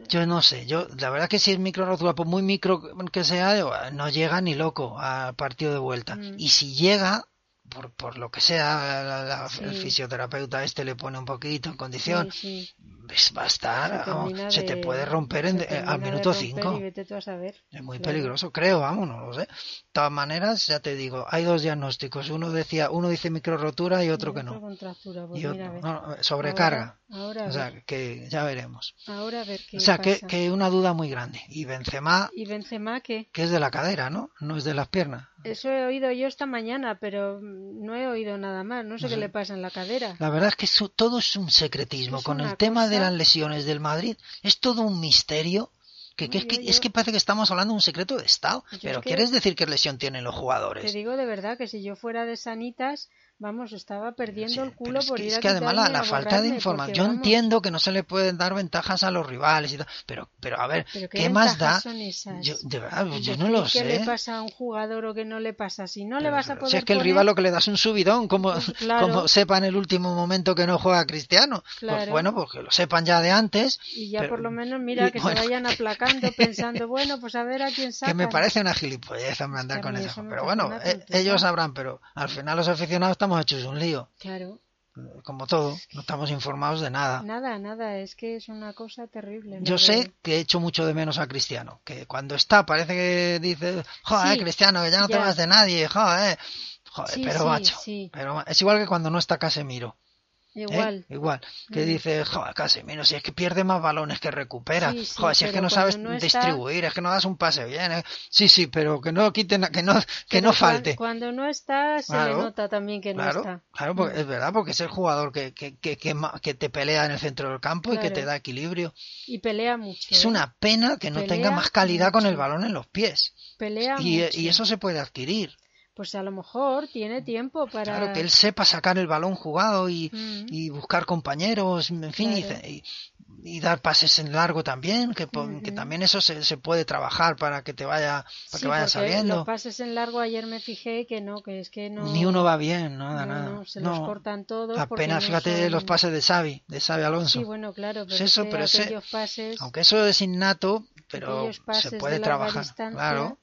[SPEAKER 1] yo no sé, yo la verdad que si es micro rotura, por muy micro que sea, yo, eh, no llega ni loco al partido de vuelta.
[SPEAKER 2] Mm.
[SPEAKER 1] Y si llega, por, por lo que sea, la- la- el
[SPEAKER 2] Sí.
[SPEAKER 1] fisioterapeuta este le pone un poquito en
[SPEAKER 2] Sí,
[SPEAKER 1] condición,
[SPEAKER 2] sí.
[SPEAKER 1] pues va a estar,
[SPEAKER 2] se,
[SPEAKER 1] vamos,
[SPEAKER 2] termina
[SPEAKER 1] se te
[SPEAKER 2] de-
[SPEAKER 1] puede romper en-
[SPEAKER 2] se
[SPEAKER 1] eh,
[SPEAKER 2] termina
[SPEAKER 1] al
[SPEAKER 2] de
[SPEAKER 1] minuto
[SPEAKER 2] romper
[SPEAKER 1] 5.
[SPEAKER 2] Y vete tú a saber.
[SPEAKER 1] Es muy
[SPEAKER 2] claro.
[SPEAKER 1] peligroso, creo, vamos, no lo sé. De todas maneras, ya te digo, hay dos diagnósticos. Uno decía, uno dice micro rotura y otro
[SPEAKER 2] Y
[SPEAKER 1] que
[SPEAKER 2] otro
[SPEAKER 1] no.
[SPEAKER 2] contractura, pues
[SPEAKER 1] Y
[SPEAKER 2] mira, a
[SPEAKER 1] otro,
[SPEAKER 2] ver.
[SPEAKER 1] no, sobrecarga.
[SPEAKER 2] Ahora, ahora a
[SPEAKER 1] o sea,
[SPEAKER 2] ver,
[SPEAKER 1] que ya veremos.
[SPEAKER 2] ahora a ver qué
[SPEAKER 1] O sea, que,
[SPEAKER 2] pasa.
[SPEAKER 1] que una duda muy grande. Y Benzema,
[SPEAKER 2] ¿Y Benzema qué?
[SPEAKER 1] que es de la cadera, ¿no? No es de las piernas.
[SPEAKER 2] Eso he oído yo esta mañana, pero no he oído nada más. No sé
[SPEAKER 1] No
[SPEAKER 2] qué
[SPEAKER 1] sé.
[SPEAKER 2] le pasa en la cadera.
[SPEAKER 1] La verdad es que eso- todo es un secretismo.
[SPEAKER 2] Es
[SPEAKER 1] Con
[SPEAKER 2] una
[SPEAKER 1] el tema de
[SPEAKER 2] cosa-
[SPEAKER 1] las lesiones del Madrid es todo un misterio. Que, que es,
[SPEAKER 2] Yo-
[SPEAKER 1] que,
[SPEAKER 2] yo-
[SPEAKER 1] es que parece que estamos hablando de un secreto de Estado.
[SPEAKER 2] Yo es
[SPEAKER 1] Pero
[SPEAKER 2] que-
[SPEAKER 1] ¿quieres decir qué lesión tienen los jugadores?
[SPEAKER 2] Te digo de verdad que si yo fuera de Sanitas, vamos, estaba
[SPEAKER 1] Pues
[SPEAKER 2] perdiendo
[SPEAKER 1] Sí,
[SPEAKER 2] el
[SPEAKER 1] pero
[SPEAKER 2] culo
[SPEAKER 1] es
[SPEAKER 2] por
[SPEAKER 1] que,
[SPEAKER 2] ir
[SPEAKER 1] es
[SPEAKER 2] a
[SPEAKER 1] que además la,
[SPEAKER 2] quitarme,
[SPEAKER 1] la
[SPEAKER 2] a
[SPEAKER 1] falta de
[SPEAKER 2] borrarme,
[SPEAKER 1] información.
[SPEAKER 2] porque,
[SPEAKER 1] Yo
[SPEAKER 2] vamos,
[SPEAKER 1] entiendo que no se le pueden dar ventajas a los rivales y tal, pero, pero a ver,
[SPEAKER 2] ¿pero
[SPEAKER 1] ¿qué, más da?
[SPEAKER 2] ventajas son esas?
[SPEAKER 1] Yo, de verdad, pues yo
[SPEAKER 2] Decir
[SPEAKER 1] no lo
[SPEAKER 2] ¿Qué
[SPEAKER 1] sé.
[SPEAKER 2] le pasa a un jugador o que no le pasa? Si no le
[SPEAKER 1] Pero
[SPEAKER 2] vas a
[SPEAKER 1] si
[SPEAKER 2] poder
[SPEAKER 1] es que el
[SPEAKER 2] poner-
[SPEAKER 1] rival lo que le das un subidón, como,
[SPEAKER 2] Pues claro.
[SPEAKER 1] como sepa en el último momento que no juega Cristiano. Pues
[SPEAKER 2] Claro.
[SPEAKER 1] bueno, pues que lo sepan ya de antes,
[SPEAKER 2] Y ya
[SPEAKER 1] pero-
[SPEAKER 2] por lo menos, mira,
[SPEAKER 1] y-
[SPEAKER 2] que
[SPEAKER 1] bueno.
[SPEAKER 2] se vayan aplacando pensando, bueno, pues a ver a quién sacan.
[SPEAKER 1] que me parece una gilipollez hombre, andar
[SPEAKER 2] que a
[SPEAKER 1] con
[SPEAKER 2] mí
[SPEAKER 1] eso.
[SPEAKER 2] eso me
[SPEAKER 1] Pero
[SPEAKER 2] parece
[SPEAKER 1] bueno,
[SPEAKER 2] una
[SPEAKER 1] eh,
[SPEAKER 2] tontería.
[SPEAKER 1] ellos sabrán, pero al final los aficionados estamos hechos un lío,
[SPEAKER 2] Claro.
[SPEAKER 1] como todo, no estamos informados de nada.
[SPEAKER 2] Nada, nada, es que es una cosa terrible.
[SPEAKER 1] Yo
[SPEAKER 2] ¿no?
[SPEAKER 1] sé que echo mucho de menos a Cristiano, que cuando está parece que dice, joder,
[SPEAKER 2] Sí,
[SPEAKER 1] Cristiano, que ya no te
[SPEAKER 2] ya.
[SPEAKER 1] vas de nadie, joder, joder,
[SPEAKER 2] Sí,
[SPEAKER 1] pero
[SPEAKER 2] sí,
[SPEAKER 1] macho,
[SPEAKER 2] sí.
[SPEAKER 1] pero ma- es igual que cuando no está Casemiro, ¿eh?
[SPEAKER 2] Igual.
[SPEAKER 1] igual, que
[SPEAKER 2] Mm.
[SPEAKER 1] dice, joder, Casemiro, si es que pierde más balones que recupera,
[SPEAKER 2] Sí, sí,
[SPEAKER 1] joder, si es que
[SPEAKER 2] pero
[SPEAKER 1] no sabes
[SPEAKER 2] cuando no está-
[SPEAKER 1] distribuir, es que no das un pase bien, ¿eh? sí, sí, pero que no quiten, que no, que
[SPEAKER 2] Pero
[SPEAKER 1] no
[SPEAKER 2] cuan-
[SPEAKER 1] falte.
[SPEAKER 2] Cuando no está, se
[SPEAKER 1] Claro.
[SPEAKER 2] le nota también que
[SPEAKER 1] Claro,
[SPEAKER 2] no está. Mm.
[SPEAKER 1] claro, porque es verdad, porque es el jugador que, que, que, que ma- que te pelea en el centro del campo y que
[SPEAKER 2] Claro.
[SPEAKER 1] te da equilibrio.
[SPEAKER 2] Y pelea mucho.
[SPEAKER 1] Es
[SPEAKER 2] ¿eh?
[SPEAKER 1] una pena que no
[SPEAKER 2] Pelea
[SPEAKER 1] tenga más calidad con el
[SPEAKER 2] mucho.
[SPEAKER 1] balón en los pies.
[SPEAKER 2] Pelea
[SPEAKER 1] Y,
[SPEAKER 2] mucho.
[SPEAKER 1] y eso se puede adquirir.
[SPEAKER 2] Pues a lo mejor tiene tiempo para.
[SPEAKER 1] Claro, que él sepa sacar el balón jugado y,
[SPEAKER 2] Mm.
[SPEAKER 1] y buscar compañeros, en fin, y
[SPEAKER 2] Claro.
[SPEAKER 1] ce- y, y dar pases en largo también, que, pon- que
[SPEAKER 2] Ujú.
[SPEAKER 1] también eso se, se puede trabajar para que te vaya, para
[SPEAKER 2] Mm, Sí,
[SPEAKER 1] que vayan
[SPEAKER 2] porque
[SPEAKER 1] saliendo.
[SPEAKER 2] Los pases en largo ayer me fijé que no, que es que no.
[SPEAKER 1] Ni uno va bien, nada,
[SPEAKER 2] no,
[SPEAKER 1] nada.
[SPEAKER 2] no, se los
[SPEAKER 1] No,
[SPEAKER 2] cortan todos. porque
[SPEAKER 1] apenas,
[SPEAKER 2] no
[SPEAKER 1] fíjate
[SPEAKER 2] son-
[SPEAKER 1] los pases de Xavi, de Xavi Alonso.
[SPEAKER 2] Sí, bueno, claro, pero,
[SPEAKER 1] Pues eso,
[SPEAKER 2] es que
[SPEAKER 1] pero ese-
[SPEAKER 2] aquellos pases.
[SPEAKER 1] Aunque eso es innato, pero
[SPEAKER 2] Pues Aquellos pases
[SPEAKER 1] se
[SPEAKER 2] de
[SPEAKER 1] puede
[SPEAKER 2] larga
[SPEAKER 1] trabajar,
[SPEAKER 2] distancia.
[SPEAKER 1] claro.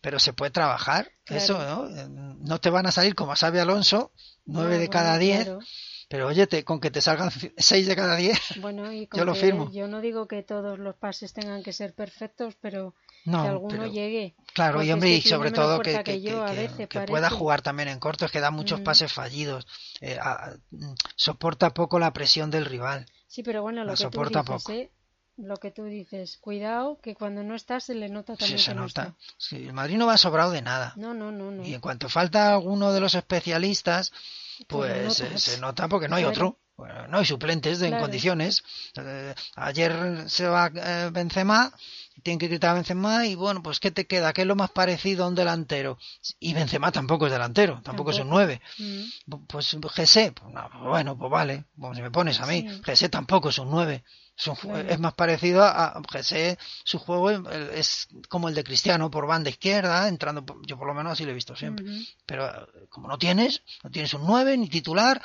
[SPEAKER 1] Pero se puede trabajar,
[SPEAKER 2] Claro.
[SPEAKER 1] eso, ¿no? Eh, No te van a salir como sabe Alonso, nueve
[SPEAKER 2] Ah,
[SPEAKER 1] de
[SPEAKER 2] bueno,
[SPEAKER 1] cada diez,
[SPEAKER 2] claro.
[SPEAKER 1] pero oye, te- con que te salgan seis de cada diez,
[SPEAKER 2] Bueno, y
[SPEAKER 1] Yo
[SPEAKER 2] con
[SPEAKER 1] lo
[SPEAKER 2] que-
[SPEAKER 1] firmo.
[SPEAKER 2] Yo no digo que todos los pases tengan que ser perfectos, pero que
[SPEAKER 1] no,
[SPEAKER 2] alguno
[SPEAKER 1] pero-
[SPEAKER 2] llegue.
[SPEAKER 1] claro,
[SPEAKER 2] porque
[SPEAKER 1] y
[SPEAKER 2] es
[SPEAKER 1] hombre,
[SPEAKER 2] que
[SPEAKER 1] y
[SPEAKER 2] tiene
[SPEAKER 1] sobre
[SPEAKER 2] menos
[SPEAKER 1] todo que,
[SPEAKER 2] fuerza
[SPEAKER 1] que,
[SPEAKER 2] que yo, a
[SPEAKER 1] que-
[SPEAKER 2] veces
[SPEAKER 1] que
[SPEAKER 2] parece. Mm.
[SPEAKER 1] pueda jugar también en corto, es que da muchos
[SPEAKER 2] Ujú.
[SPEAKER 1] pases fallidos, eh, a- mm, soporta poco la presión del rival.
[SPEAKER 2] Sí, pero bueno, lo
[SPEAKER 1] La
[SPEAKER 2] que tú
[SPEAKER 1] soporta
[SPEAKER 2] dices,
[SPEAKER 1] poco.
[SPEAKER 2] ¿eh? Lo que tú dices, cuidado, que cuando no está se le nota
[SPEAKER 1] Sí,
[SPEAKER 2] también
[SPEAKER 1] se
[SPEAKER 2] que no
[SPEAKER 1] nota.
[SPEAKER 2] está.
[SPEAKER 1] Sí, el Madrid no va sobrado de nada.
[SPEAKER 2] No, no, no, no.
[SPEAKER 1] Y en cuanto falta alguno de los especialistas, pues
[SPEAKER 2] Pues
[SPEAKER 1] eh,
[SPEAKER 2] notas.
[SPEAKER 1] se nota porque no hay
[SPEAKER 2] Claro.
[SPEAKER 1] otro. Bueno, no hay suplentes de- en
[SPEAKER 2] Claro.
[SPEAKER 1] condiciones. Eh, ayer se va eh, Benzema, tienen que quitar a Benzema y bueno, pues ¿qué te queda? ¿Qué es lo más parecido a un delantero? Y Benzema tampoco es delantero, tampoco, es un
[SPEAKER 2] Tampoco.
[SPEAKER 1] 9.
[SPEAKER 2] Mm.
[SPEAKER 1] Pues Gc, pues, no, pues, bueno, pues vale, como si me pones a mí,
[SPEAKER 2] Sí.
[SPEAKER 1] Gc tampoco es un 9. Es, un ju-
[SPEAKER 2] Claro.
[SPEAKER 1] es más parecido a a Gc, su juego eh, es como el de Cristiano por banda izquierda, entrando, por- yo por lo menos así lo he visto siempre.
[SPEAKER 2] Ujú.
[SPEAKER 1] Pero eh, como no tienes, no tienes un 9 ni titular,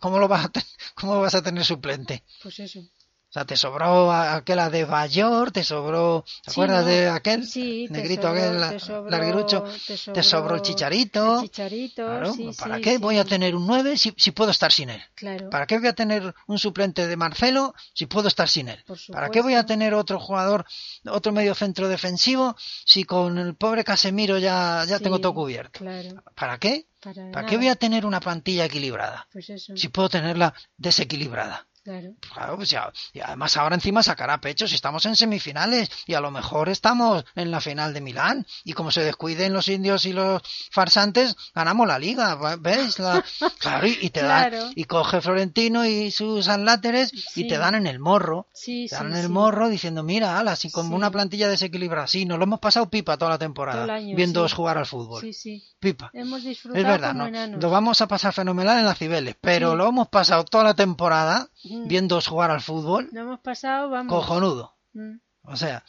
[SPEAKER 1] ¿cómo lo vas a, te- cómo vas a tener suplente?
[SPEAKER 2] Pues eso.
[SPEAKER 1] O sea, te sobró a- aquel a de Bayor, te sobró, ¿te
[SPEAKER 2] Sí,
[SPEAKER 1] acuerdas
[SPEAKER 2] no.
[SPEAKER 1] de aquel?
[SPEAKER 2] Sí, te
[SPEAKER 1] Negrito
[SPEAKER 2] sobró-
[SPEAKER 1] aquel, la-
[SPEAKER 2] te sobró-
[SPEAKER 1] larguirucho.
[SPEAKER 2] te
[SPEAKER 1] Te sobró el
[SPEAKER 2] sobró
[SPEAKER 1] chicharito.
[SPEAKER 2] el chicharito,
[SPEAKER 1] Claro,
[SPEAKER 2] sí,
[SPEAKER 1] ¿para
[SPEAKER 2] sí,
[SPEAKER 1] qué
[SPEAKER 2] sí.
[SPEAKER 1] voy a tener un 9 si, si puedo estar sin él?
[SPEAKER 2] Claro.
[SPEAKER 1] ¿Para qué voy a tener un suplente de Marcelo si puedo estar sin él?
[SPEAKER 2] Por
[SPEAKER 1] ¿Para qué voy a
[SPEAKER 2] supuesto.
[SPEAKER 1] tener otro jugador, otro medio centro defensivo si con el pobre Casemiro ya, ya
[SPEAKER 2] Sí,
[SPEAKER 1] tengo todo cubierto?
[SPEAKER 2] Claro.
[SPEAKER 1] ¿Para qué?
[SPEAKER 2] Para,
[SPEAKER 1] ¿Para
[SPEAKER 2] nada.
[SPEAKER 1] qué voy a tener una plantilla equilibrada?
[SPEAKER 2] Pues eso.
[SPEAKER 1] Si puedo tenerla desequilibrada.
[SPEAKER 2] Claro.
[SPEAKER 1] Claro, pues ya- y además ahora encima sacará pecho si estamos en semifinales y a lo mejor estamos en la final de Milán y como se descuiden los indios y los farsantes ganamos la liga, ¿va- ¿ves? La- claro, y, y te dan-
[SPEAKER 2] Claro.
[SPEAKER 1] y coge Florentino y sus anláteres y
[SPEAKER 2] Sí.
[SPEAKER 1] te dan en el morro.
[SPEAKER 2] Sí,
[SPEAKER 1] Te
[SPEAKER 2] sí,
[SPEAKER 1] dan en el
[SPEAKER 2] sí.
[SPEAKER 1] morro diciendo, mira, ala, si como
[SPEAKER 2] Sí.
[SPEAKER 1] una plantilla desequilibrada, sí, nos lo hemos pasado pipa toda la temporada
[SPEAKER 2] Todo el año,
[SPEAKER 1] viendo
[SPEAKER 2] sí.
[SPEAKER 1] jugar al fútbol.
[SPEAKER 2] Sí, sí.
[SPEAKER 1] Pipa.
[SPEAKER 2] Hemos disfrutado
[SPEAKER 1] Es verdad,
[SPEAKER 2] como
[SPEAKER 1] ¿no?
[SPEAKER 2] enanos.
[SPEAKER 1] lo vamos a pasar fenomenal en las Cibeles, pero
[SPEAKER 2] Sí.
[SPEAKER 1] lo hemos pasado toda la temporada
[SPEAKER 2] Mm.
[SPEAKER 1] viendo jugar al fútbol,
[SPEAKER 2] Lo hemos pasado, vamos.
[SPEAKER 1] cojonudo.
[SPEAKER 2] Mm.
[SPEAKER 1] O sea,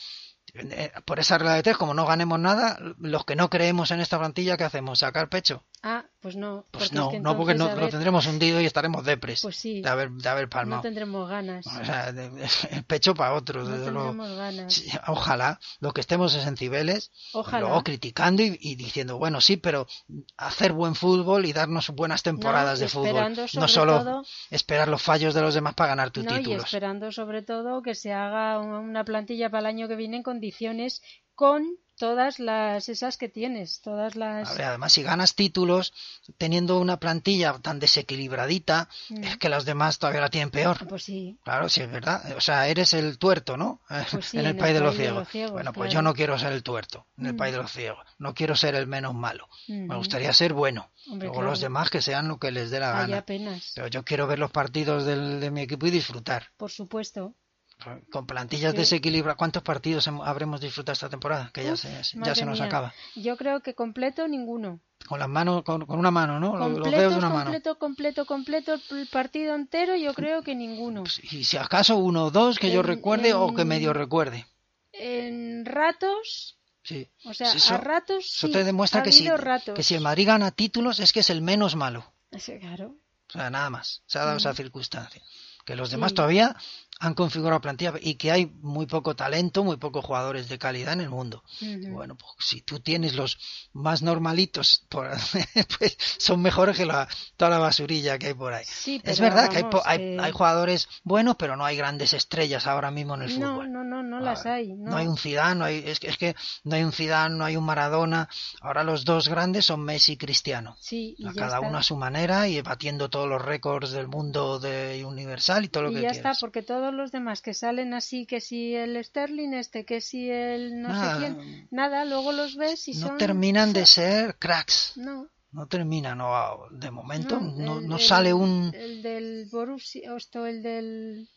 [SPEAKER 1] eh, por esa regla de tres, como no ganemos nada, los que no creemos en esta plantilla, ¿qué hacemos? ¿Sacar pecho?
[SPEAKER 2] Ah, pues no.
[SPEAKER 1] Pues
[SPEAKER 2] porque
[SPEAKER 1] no,
[SPEAKER 2] es que
[SPEAKER 1] no, porque
[SPEAKER 2] entonces,
[SPEAKER 1] no,
[SPEAKER 2] a
[SPEAKER 1] lo
[SPEAKER 2] ver,
[SPEAKER 1] tendremos hundido y estaremos depres
[SPEAKER 2] Pues sí.
[SPEAKER 1] de, haber, de haber
[SPEAKER 2] No
[SPEAKER 1] palmado.
[SPEAKER 2] tendremos ganas.
[SPEAKER 1] O sea, de- de- el pecho para otros,
[SPEAKER 2] No
[SPEAKER 1] desde luego.
[SPEAKER 2] tendremos ganas.
[SPEAKER 1] Sí, Ojalá lo que estemos es en Cibeles, y
[SPEAKER 2] Ojalá.
[SPEAKER 1] luego criticando y, y diciendo, bueno, sí, pero hacer buen fútbol y darnos buenas temporadas
[SPEAKER 2] No, y
[SPEAKER 1] de fútbol,
[SPEAKER 2] esperando
[SPEAKER 1] no
[SPEAKER 2] sobre
[SPEAKER 1] solo
[SPEAKER 2] todo-
[SPEAKER 1] esperar los fallos de los demás para ganar tus
[SPEAKER 2] No, y
[SPEAKER 1] títulos.
[SPEAKER 2] esperando sobre todo que se haga un- una plantilla para el año que viene en condiciones con todas las esas que tienes, todas las...
[SPEAKER 1] A ver, además, si ganas títulos teniendo una plantilla tan desequilibradita,
[SPEAKER 2] Mm.
[SPEAKER 1] es que las demás todavía la tienen peor.
[SPEAKER 2] Pues sí,
[SPEAKER 1] Claro, sí, es verdad. O sea, eres el tuerto, ¿no?
[SPEAKER 2] Pues sí,
[SPEAKER 1] en el, país, de los ciegos.
[SPEAKER 2] ciegos,
[SPEAKER 1] Bueno, pues
[SPEAKER 2] claro.
[SPEAKER 1] yo no quiero ser el tuerto en el
[SPEAKER 2] Mm.
[SPEAKER 1] país de los ciegos. No quiero ser el menos malo. Me
[SPEAKER 2] Ujú.
[SPEAKER 1] gustaría ser bueno.
[SPEAKER 2] Hombre,
[SPEAKER 1] Luego
[SPEAKER 2] claro.
[SPEAKER 1] los demás que sean lo que les dé la
[SPEAKER 2] hay
[SPEAKER 1] gana.
[SPEAKER 2] apenas,
[SPEAKER 1] Pero yo quiero ver los partidos del- de mi equipo y disfrutar.
[SPEAKER 2] por supuesto.
[SPEAKER 1] Con plantillas
[SPEAKER 2] Sí.
[SPEAKER 1] desequilibradas. ¿Cuántos partidos hem- habremos disfrutado esta temporada? Que ya
[SPEAKER 2] Uf,
[SPEAKER 1] se, ya
[SPEAKER 2] madre
[SPEAKER 1] se nos
[SPEAKER 2] mía.
[SPEAKER 1] acaba.
[SPEAKER 2] Yo creo que completo ninguno.
[SPEAKER 1] Con las manos, con, con una mano, ¿no? Los- Los dedos de
[SPEAKER 2] Completo,
[SPEAKER 1] una mano.
[SPEAKER 2] completo, completo, completo, el partido entero, yo creo que ninguno.
[SPEAKER 1] Pues, Y si acaso uno o dos que yo
[SPEAKER 2] En-
[SPEAKER 1] recuerde o que
[SPEAKER 2] en-
[SPEAKER 1] medio recuerde.
[SPEAKER 2] En ratos,
[SPEAKER 1] Sí.
[SPEAKER 2] o sea,
[SPEAKER 1] Sí, eso-
[SPEAKER 2] a ratos
[SPEAKER 1] Eso
[SPEAKER 2] sí,
[SPEAKER 1] te demuestra
[SPEAKER 2] ha
[SPEAKER 1] que si,
[SPEAKER 2] habido ratos.
[SPEAKER 1] que si el Madrid gana títulos es que es el menos malo.
[SPEAKER 2] Sí, claro.
[SPEAKER 1] O sea, nada más. Se ha dado esa circunstancia. Que los demás
[SPEAKER 2] Mm. Sí.
[SPEAKER 1] todavía han configurado plantilla y que hay muy poco talento, muy pocos jugadores de calidad en el mundo.
[SPEAKER 2] Ujú.
[SPEAKER 1] Bueno, pues si tú tienes los más normalitos, por- pues son mejores que la, toda la basurilla que hay por ahí.
[SPEAKER 2] Sí,
[SPEAKER 1] es
[SPEAKER 2] pero
[SPEAKER 1] verdad que hay,
[SPEAKER 2] vamos, eh,
[SPEAKER 1] po- hay,
[SPEAKER 2] que-
[SPEAKER 1] hay jugadores buenos, pero no hay grandes estrellas ahora mismo en el
[SPEAKER 2] No,
[SPEAKER 1] fútbol.
[SPEAKER 2] no, no, no
[SPEAKER 1] A
[SPEAKER 2] las
[SPEAKER 1] ver,
[SPEAKER 2] hay. No,
[SPEAKER 1] hay un Zidane, no hay, es, que, es que no hay un Zidane, no hay un Maradona. Ahora los dos grandes son Messi y Cristiano.
[SPEAKER 2] Sí, y
[SPEAKER 1] A
[SPEAKER 2] ya
[SPEAKER 1] cada
[SPEAKER 2] está.
[SPEAKER 1] uno a su manera y batiendo todos los récords del mundo de universal y todo lo
[SPEAKER 2] y
[SPEAKER 1] que
[SPEAKER 2] ya
[SPEAKER 1] quieras.
[SPEAKER 2] está, porque todos los demás que salen así, que si el Sterling este, que si el no
[SPEAKER 1] Nada.
[SPEAKER 2] sé quién, nada, luego los ves y
[SPEAKER 1] no
[SPEAKER 2] son...
[SPEAKER 1] terminan de ser cracks.
[SPEAKER 2] No.
[SPEAKER 1] No terminan, no, de momento no,
[SPEAKER 2] el-
[SPEAKER 1] no
[SPEAKER 2] el-
[SPEAKER 1] sale un...
[SPEAKER 2] El del Borussia, esto, el del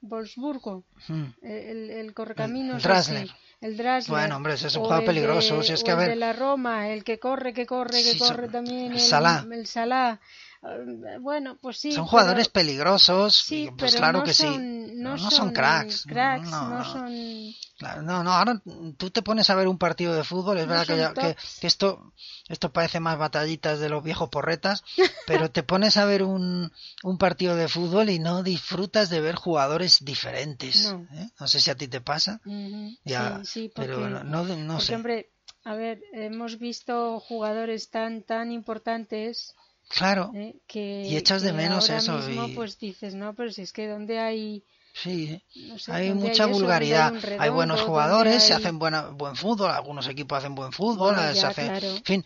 [SPEAKER 2] Wolfsburgo,
[SPEAKER 1] Mm.
[SPEAKER 2] el, el correcaminos.
[SPEAKER 1] El- el Drasler.
[SPEAKER 2] ese, El Drasler.
[SPEAKER 1] Bueno, hombre, ese es un
[SPEAKER 2] o
[SPEAKER 1] jugador
[SPEAKER 2] el de-
[SPEAKER 1] peligroso, si es que,
[SPEAKER 2] o
[SPEAKER 1] a ver-
[SPEAKER 2] El de la Roma, el que corre, que corre, que
[SPEAKER 1] Sí, son-
[SPEAKER 2] corre también.
[SPEAKER 1] el
[SPEAKER 2] El
[SPEAKER 1] Salah.
[SPEAKER 2] El Salah. Eh, Bueno, pues sí.
[SPEAKER 1] son
[SPEAKER 2] pero-
[SPEAKER 1] jugadores peligrosos,
[SPEAKER 2] Sí,
[SPEAKER 1] y, pues
[SPEAKER 2] pero
[SPEAKER 1] claro
[SPEAKER 2] no
[SPEAKER 1] que
[SPEAKER 2] son,
[SPEAKER 1] sí.
[SPEAKER 2] No,
[SPEAKER 1] no son cracks.
[SPEAKER 2] cracks,
[SPEAKER 1] no, no.
[SPEAKER 2] son.
[SPEAKER 1] Claro, no, no, ahora tú te pones a ver un partido de fútbol, es
[SPEAKER 2] No
[SPEAKER 1] verdad que,
[SPEAKER 2] son
[SPEAKER 1] ya- que-
[SPEAKER 2] tops.
[SPEAKER 1] que esto, esto parece más batallitas de los viejos porretas, pero te pones a ver un, un partido de fútbol y no disfrutas de ver jugadores diferentes.
[SPEAKER 2] No.
[SPEAKER 1] ¿eh? No sé si a ti te pasa,
[SPEAKER 2] Ujú,
[SPEAKER 1] ya,
[SPEAKER 2] sí, sí, porque...
[SPEAKER 1] pero no, no- no
[SPEAKER 2] Porque,
[SPEAKER 1] sé.
[SPEAKER 2] hombre, a ver, hemos visto jugadores tan, tan importantes
[SPEAKER 1] Claro,
[SPEAKER 2] ¿eh? que.
[SPEAKER 1] Y echas de
[SPEAKER 2] que
[SPEAKER 1] menos
[SPEAKER 2] ahora
[SPEAKER 1] eso
[SPEAKER 2] Mismo,
[SPEAKER 1] y-
[SPEAKER 2] Pues dices, no, pero si es que donde hay.
[SPEAKER 1] sí. ¿eh?
[SPEAKER 2] no sé,
[SPEAKER 1] hay
[SPEAKER 2] dónde
[SPEAKER 1] mucha
[SPEAKER 2] eso, dónde
[SPEAKER 1] vulgaridad.
[SPEAKER 2] un
[SPEAKER 1] hay
[SPEAKER 2] redondo,
[SPEAKER 1] buenos
[SPEAKER 2] dónde
[SPEAKER 1] jugadores, se
[SPEAKER 2] hay-
[SPEAKER 1] hacen buena, buen fútbol, algunos equipos hacen buen fútbol,
[SPEAKER 2] Bueno,
[SPEAKER 1] se
[SPEAKER 2] ya,
[SPEAKER 1] hacen-
[SPEAKER 2] claro.
[SPEAKER 1] en fin,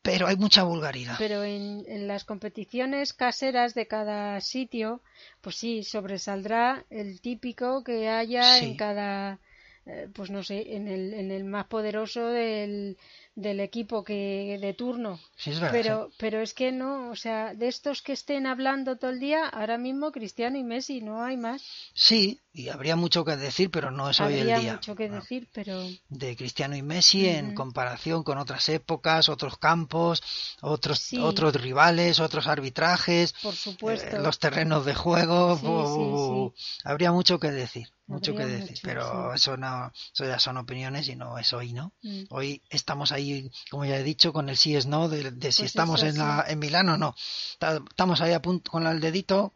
[SPEAKER 1] pero hay mucha vulgaridad.
[SPEAKER 2] Pero en, en las competiciones caseras de cada sitio, pues sí, sobresaldrá el típico que haya
[SPEAKER 1] Sí.
[SPEAKER 2] en cada, eh, pues no sé, en el, en el más poderoso del, del equipo que de turno.
[SPEAKER 1] Ah, Sí, es verdad, sí.
[SPEAKER 2] Pero, pero es que no, o sea, de estos que estén hablando todo el día, ahora mismo Cristiano y Messi, no hay más.
[SPEAKER 1] Sí, y habría mucho que decir, pero no es Pues hoy
[SPEAKER 2] Habría
[SPEAKER 1] el día. Ah.
[SPEAKER 2] mucho que decir, pero
[SPEAKER 1] De Cristiano y Messi en
[SPEAKER 2] Ujú.
[SPEAKER 1] comparación con otras épocas, otros campos, otros,
[SPEAKER 2] Sí.
[SPEAKER 1] otros rivales, otros arbitrajes,
[SPEAKER 2] por supuesto.
[SPEAKER 1] eh, los terrenos de juego.
[SPEAKER 2] Sí,
[SPEAKER 1] bu- Habría mucho que decir, mucho
[SPEAKER 2] Habría
[SPEAKER 1] que decir,
[SPEAKER 2] mucho,
[SPEAKER 1] pero
[SPEAKER 2] sí.
[SPEAKER 1] eso, no, eso ya son opiniones y no es hoy, ¿no?
[SPEAKER 2] Mm.
[SPEAKER 1] Hoy estamos ahí, como ya he dicho, con el sí es no, de, de si
[SPEAKER 2] Pues
[SPEAKER 1] estamos
[SPEAKER 2] eso,
[SPEAKER 1] en, la, en Milán o no. Ta- Estamos ahí a punto, con el dedito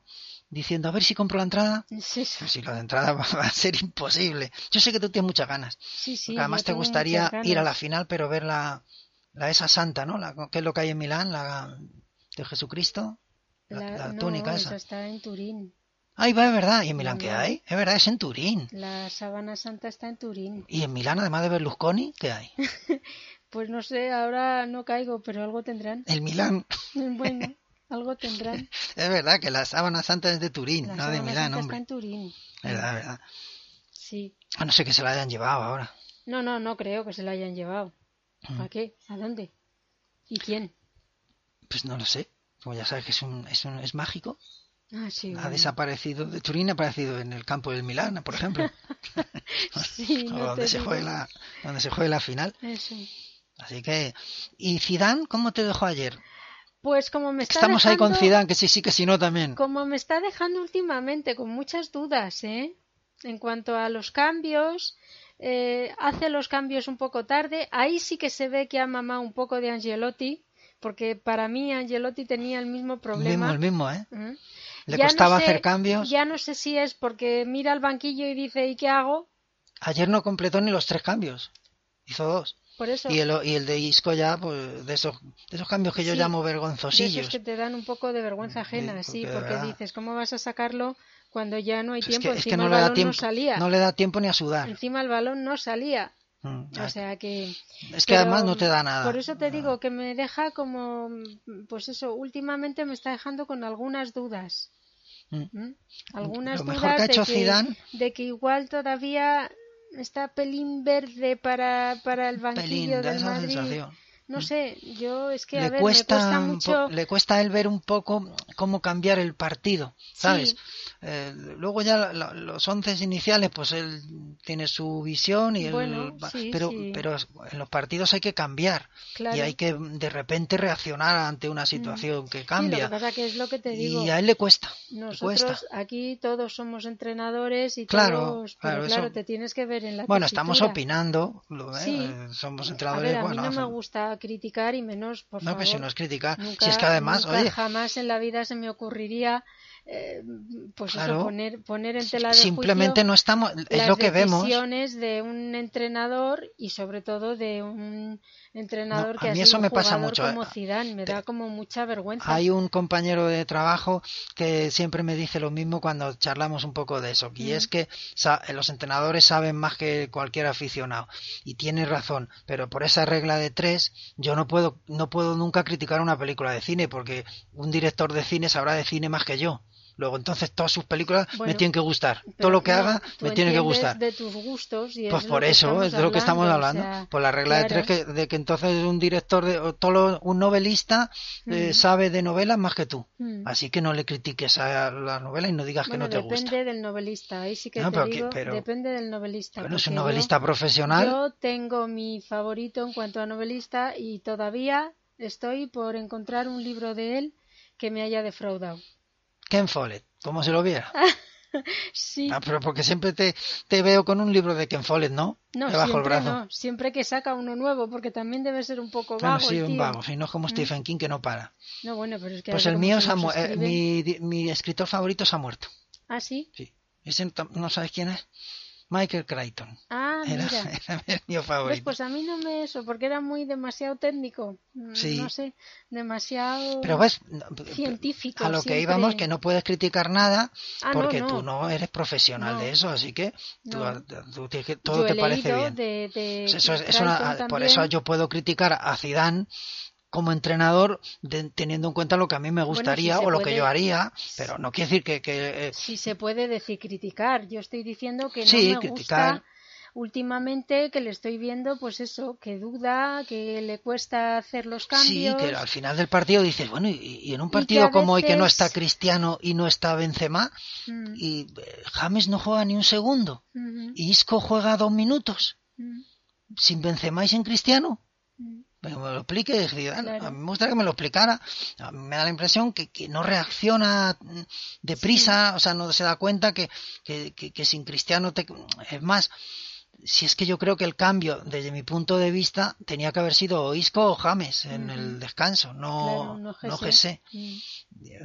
[SPEAKER 1] diciendo, a ver si compro la entrada.
[SPEAKER 2] Es eso.
[SPEAKER 1] Pues si lo de entrada va a ser imposible. Yo sé que tú tienes muchas ganas.
[SPEAKER 2] Sí, sí,
[SPEAKER 1] porque
[SPEAKER 2] yo
[SPEAKER 1] además te
[SPEAKER 2] tengo muchas
[SPEAKER 1] gustaría ir a la
[SPEAKER 2] ganas.
[SPEAKER 1] final, pero ver la, la esa santa, ¿no? La, ¿Qué es lo que hay en Milán? La de Jesucristo. La, la
[SPEAKER 2] no,
[SPEAKER 1] túnica
[SPEAKER 2] esa
[SPEAKER 1] esa.
[SPEAKER 2] está en Turín.
[SPEAKER 1] Ay, va, es verdad. ¿Y en Milán qué
[SPEAKER 2] No.
[SPEAKER 1] hay? Es verdad, es en Turín.
[SPEAKER 2] La sábana santa está en Turín.
[SPEAKER 1] Y en Milán, además de Berlusconi, ¿qué hay?
[SPEAKER 2] Pues no sé, ahora no caigo, pero algo tendrán.
[SPEAKER 1] El Milán.
[SPEAKER 2] Bueno, algo tendrán.
[SPEAKER 1] Es verdad que la sábana santa es de Turín,
[SPEAKER 2] La
[SPEAKER 1] no de
[SPEAKER 2] sábana
[SPEAKER 1] Milán,
[SPEAKER 2] santa está
[SPEAKER 1] hombre.
[SPEAKER 2] en Turín.
[SPEAKER 1] Verdad, verdad.
[SPEAKER 2] Sí.
[SPEAKER 1] A no ser que se la hayan llevado ahora.
[SPEAKER 2] No, no, no creo que se la hayan llevado.
[SPEAKER 1] Mm.
[SPEAKER 2] ¿A qué? ¿A dónde? ¿Y quién?
[SPEAKER 1] Pues no lo sé. Como ya sabes que es, un, es, un, es mágico.
[SPEAKER 2] Ah, sí.
[SPEAKER 1] Ha
[SPEAKER 2] bueno.
[SPEAKER 1] desaparecido de Turín, ha aparecido en el campo del Milán, por ejemplo.
[SPEAKER 2] Sí,
[SPEAKER 1] o
[SPEAKER 2] no
[SPEAKER 1] donde
[SPEAKER 2] te
[SPEAKER 1] se
[SPEAKER 2] digo.
[SPEAKER 1] juegue la donde se juegue la final
[SPEAKER 2] Eso.
[SPEAKER 1] así que y Zidane cómo te dejó ayer
[SPEAKER 2] Pues como me
[SPEAKER 1] Que
[SPEAKER 2] está
[SPEAKER 1] estamos ahí con
[SPEAKER 2] dejando-
[SPEAKER 1] Zidane que sí sí que sí no también
[SPEAKER 2] Como me está dejando últimamente con muchas dudas, ¿eh? En cuanto a los cambios, eh, hace los cambios un poco tarde. Ahí sí que se ve que ha mamado un poco de Angelotti, porque para mí Angelotti tenía el mismo
[SPEAKER 1] el mismo
[SPEAKER 2] problema.
[SPEAKER 1] el mismo eh
[SPEAKER 2] Ujú.
[SPEAKER 1] le
[SPEAKER 2] Ya no
[SPEAKER 1] costaba
[SPEAKER 2] sé-
[SPEAKER 1] hacer cambios
[SPEAKER 2] Ya no sé si es porque mira al banquillo y dice, ¿y qué hago?
[SPEAKER 1] ayer no completó ni los tres cambios hizo dos
[SPEAKER 2] Por eso.
[SPEAKER 1] y el, y el de Isco ya pues de esos de esos cambios que yo
[SPEAKER 2] Sí,
[SPEAKER 1] llamo
[SPEAKER 2] De esos
[SPEAKER 1] vergonzosillos
[SPEAKER 2] que te dan un poco de vergüenza ajena,
[SPEAKER 1] Sí,
[SPEAKER 2] sí,
[SPEAKER 1] porque de
[SPEAKER 2] porque
[SPEAKER 1] verdad.
[SPEAKER 2] dices, ¿cómo vas a sacarlo cuando ya no hay
[SPEAKER 1] Pues es
[SPEAKER 2] tiempo?
[SPEAKER 1] que, es que
[SPEAKER 2] Encima
[SPEAKER 1] no
[SPEAKER 2] el
[SPEAKER 1] le da
[SPEAKER 2] balón no
[SPEAKER 1] tiempo
[SPEAKER 2] salía.
[SPEAKER 1] no le da tiempo ni a sudar Mm,
[SPEAKER 2] Encima el balón no salía. O sea que.
[SPEAKER 1] Es que
[SPEAKER 2] pero
[SPEAKER 1] además no te da nada. Mm,
[SPEAKER 2] Por eso te digo que me deja como. Pues eso, últimamente me está dejando con algunas dudas.
[SPEAKER 1] Mm.
[SPEAKER 2] ¿m? Algunas
[SPEAKER 1] Lo mejor
[SPEAKER 2] dudas
[SPEAKER 1] que ha hecho
[SPEAKER 2] de, que,
[SPEAKER 1] Zidane-
[SPEAKER 2] de que igual todavía está pelín verde para, para el banquillo
[SPEAKER 1] Pelín, da
[SPEAKER 2] del
[SPEAKER 1] esa
[SPEAKER 2] Madrid.
[SPEAKER 1] sensación. Mm.
[SPEAKER 2] No sé, yo es que a
[SPEAKER 1] le
[SPEAKER 2] ver,
[SPEAKER 1] cuesta,
[SPEAKER 2] me cuesta
[SPEAKER 1] un po-
[SPEAKER 2] mucho.
[SPEAKER 1] le cuesta a él ver un poco cómo cambiar el partido, ¿sabes?
[SPEAKER 2] Sí.
[SPEAKER 1] Eh, luego ya la- la- los once iniciales, pues él tiene su visión y él
[SPEAKER 2] Bueno,
[SPEAKER 1] va-
[SPEAKER 2] sí,
[SPEAKER 1] pero,
[SPEAKER 2] sí.
[SPEAKER 1] pero en los partidos hay que cambiar
[SPEAKER 2] Claro. Mm.
[SPEAKER 1] y hay que de repente reaccionar ante una situación que
[SPEAKER 2] Sí, lo que
[SPEAKER 1] cambia
[SPEAKER 2] pasa que es lo que te digo.
[SPEAKER 1] y a él le cuesta, le cuesta.
[SPEAKER 2] Nosotros aquí todos somos entrenadores y
[SPEAKER 1] Claro,
[SPEAKER 2] todos, pero
[SPEAKER 1] claro,
[SPEAKER 2] claro,
[SPEAKER 1] eso-
[SPEAKER 2] te tienes que ver en la
[SPEAKER 1] Bueno, estamos
[SPEAKER 2] tesitura.
[SPEAKER 1] opinando, lo- ¿eh?
[SPEAKER 2] Sí.
[SPEAKER 1] Eh, somos
[SPEAKER 2] A
[SPEAKER 1] entrenadores,
[SPEAKER 2] ver, a mí
[SPEAKER 1] bueno,
[SPEAKER 2] no me
[SPEAKER 1] son-
[SPEAKER 2] gusta criticar y menos, por
[SPEAKER 1] no,
[SPEAKER 2] favor.
[SPEAKER 1] que si no es crítica,
[SPEAKER 2] Nunca,
[SPEAKER 1] si es que además,
[SPEAKER 2] nunca
[SPEAKER 1] oye,
[SPEAKER 2] jamás en la vida se me ocurriría eh, pues eso,
[SPEAKER 1] Claro.
[SPEAKER 2] poner, poner en tela de
[SPEAKER 1] simplemente
[SPEAKER 2] juicio
[SPEAKER 1] no estamos, es
[SPEAKER 2] las
[SPEAKER 1] lo que vemos.
[SPEAKER 2] decisiones de un entrenador y sobre todo de un entrenador
[SPEAKER 1] No, a
[SPEAKER 2] que ha
[SPEAKER 1] mí
[SPEAKER 2] sido
[SPEAKER 1] eso
[SPEAKER 2] un
[SPEAKER 1] me pasa
[SPEAKER 2] jugador
[SPEAKER 1] mucho,
[SPEAKER 2] como
[SPEAKER 1] eh.
[SPEAKER 2] Zidane. Me
[SPEAKER 1] Te-
[SPEAKER 2] da como mucha vergüenza.
[SPEAKER 1] Hay un compañero de trabajo que siempre me dice lo mismo cuando charlamos un poco de eso, y
[SPEAKER 2] Mm.
[SPEAKER 1] es que sa- los entrenadores saben más que cualquier aficionado, y tiene razón, pero por esa regla de tres, yo no puedo, no puedo nunca criticar una película de cine, porque un director de cine sabrá de cine más que yo. Luego, entonces, todas sus películas me
[SPEAKER 2] Bueno,
[SPEAKER 1] tienen que gustar. Todo
[SPEAKER 2] Pero
[SPEAKER 1] lo que
[SPEAKER 2] no,
[SPEAKER 1] haga
[SPEAKER 2] tú
[SPEAKER 1] me tiene que
[SPEAKER 2] entiendes
[SPEAKER 1] gustar.
[SPEAKER 2] De tus gustos y
[SPEAKER 1] Pues
[SPEAKER 2] es
[SPEAKER 1] por
[SPEAKER 2] lo que
[SPEAKER 1] eso,
[SPEAKER 2] estamos
[SPEAKER 1] es de lo que estamos hablando. Pues,
[SPEAKER 2] o sea,
[SPEAKER 1] por la regla de
[SPEAKER 2] claro.
[SPEAKER 1] tres, que, de que entonces un director, de, o todo lo- un novelista eh,
[SPEAKER 2] Mm.
[SPEAKER 1] sabe de novelas más que tú.
[SPEAKER 2] Mm.
[SPEAKER 1] Así que no le critiques a la novela y no digas
[SPEAKER 2] Bueno,
[SPEAKER 1] que no te
[SPEAKER 2] depende
[SPEAKER 1] gusta.
[SPEAKER 2] del novelista, ahí sí que
[SPEAKER 1] No,
[SPEAKER 2] te
[SPEAKER 1] pero que-
[SPEAKER 2] digo,
[SPEAKER 1] pero-
[SPEAKER 2] depende del novelista.
[SPEAKER 1] Bueno, es
[SPEAKER 2] porque
[SPEAKER 1] un
[SPEAKER 2] yo-
[SPEAKER 1] novelista profesional.
[SPEAKER 2] Yo tengo mi favorito en cuanto a novelista y todavía estoy por encontrar un libro de él que me haya defraudado.
[SPEAKER 1] Ken Follett, como se lo viera.
[SPEAKER 2] Sí,
[SPEAKER 1] Ah, pero porque siempre te, te veo con un libro de Ken Follett, ¿no?
[SPEAKER 2] no,
[SPEAKER 1] Debajo
[SPEAKER 2] siempre
[SPEAKER 1] el brazo.
[SPEAKER 2] no, siempre que saca uno nuevo, porque también debe ser un poco
[SPEAKER 1] Bueno,
[SPEAKER 2] vago
[SPEAKER 1] sí,
[SPEAKER 2] el
[SPEAKER 1] un
[SPEAKER 2] tío.
[SPEAKER 1] vago. Si no es como
[SPEAKER 2] Mm.
[SPEAKER 1] Stephen King que no para.
[SPEAKER 2] No, bueno, pero es que a
[SPEAKER 1] Pues
[SPEAKER 2] ver
[SPEAKER 1] el
[SPEAKER 2] cómo
[SPEAKER 1] mío,
[SPEAKER 2] se
[SPEAKER 1] se ha
[SPEAKER 2] nos
[SPEAKER 1] mu- eh,
[SPEAKER 2] escribe.
[SPEAKER 1] mi, di- mi escritor favorito se ha muerto.
[SPEAKER 2] Ah, sí.
[SPEAKER 1] Sí. Ese tam- ¿No sabes quién es? Michael Crichton.
[SPEAKER 2] Ah,
[SPEAKER 1] Era,
[SPEAKER 2] mira.
[SPEAKER 1] era el mío
[SPEAKER 2] ¿Ves?
[SPEAKER 1] favorito.
[SPEAKER 2] Pues a mí no me eso, porque era muy demasiado técnico. Mm,
[SPEAKER 1] Sí.
[SPEAKER 2] No sé, demasiado
[SPEAKER 1] Pero ves, no,
[SPEAKER 2] científico.
[SPEAKER 1] a lo que
[SPEAKER 2] siempre.
[SPEAKER 1] íbamos, que no puedes criticar nada
[SPEAKER 2] Ah, no,
[SPEAKER 1] porque
[SPEAKER 2] no.
[SPEAKER 1] tú no eres profesional
[SPEAKER 2] No.
[SPEAKER 1] de eso, así que tú,
[SPEAKER 2] No.
[SPEAKER 1] tú tienes que- todo
[SPEAKER 2] Yo
[SPEAKER 1] te
[SPEAKER 2] he
[SPEAKER 1] parece
[SPEAKER 2] leído
[SPEAKER 1] bien.
[SPEAKER 2] de- de
[SPEAKER 1] Pues eso es- es
[SPEAKER 2] Crichton
[SPEAKER 1] una- por
[SPEAKER 2] también.
[SPEAKER 1] eso yo puedo criticar a Zidane como entrenador de- teniendo en cuenta lo que a mí me
[SPEAKER 2] si
[SPEAKER 1] gustaría
[SPEAKER 2] se
[SPEAKER 1] o lo que
[SPEAKER 2] puede-
[SPEAKER 1] yo haría, pero no quiere decir que... que, eh,
[SPEAKER 2] Si se puede decir criticar. Yo estoy diciendo que
[SPEAKER 1] Sí,
[SPEAKER 2] no me
[SPEAKER 1] criticar.
[SPEAKER 2] gusta últimamente que le estoy viendo, pues eso, que duda, que le cuesta hacer los
[SPEAKER 1] sí,
[SPEAKER 2] cambios.
[SPEAKER 1] que al final del partido dices, bueno, y, y en un
[SPEAKER 2] que
[SPEAKER 1] partido
[SPEAKER 2] a
[SPEAKER 1] como hoy que no
[SPEAKER 2] veces-
[SPEAKER 1] está Cristiano y no está Benzema,
[SPEAKER 2] Mm,
[SPEAKER 1] y eh, James no juega ni un segundo,
[SPEAKER 2] mm,
[SPEAKER 1] y Isco juega dos minutos,
[SPEAKER 2] mm,
[SPEAKER 1] sin Benzema y sin Cristiano.
[SPEAKER 2] mm.
[SPEAKER 1] Pero me lo explique, Zidane.
[SPEAKER 2] Claro.
[SPEAKER 1] A mí me gustaría que me lo explicara. A mí me da la impresión que, que no reacciona mm, deprisa, o sea, no se da cuenta que, que, que- que sin Cristiano te... Es más, si es que yo creo que el cambio, desde mi punto de vista, tenía que haber sido o Isco o James en
[SPEAKER 2] Ujú.
[SPEAKER 1] el descanso, no,
[SPEAKER 2] Claro, no
[SPEAKER 1] no
[SPEAKER 2] Jesse.
[SPEAKER 1] Jesse.
[SPEAKER 2] mm.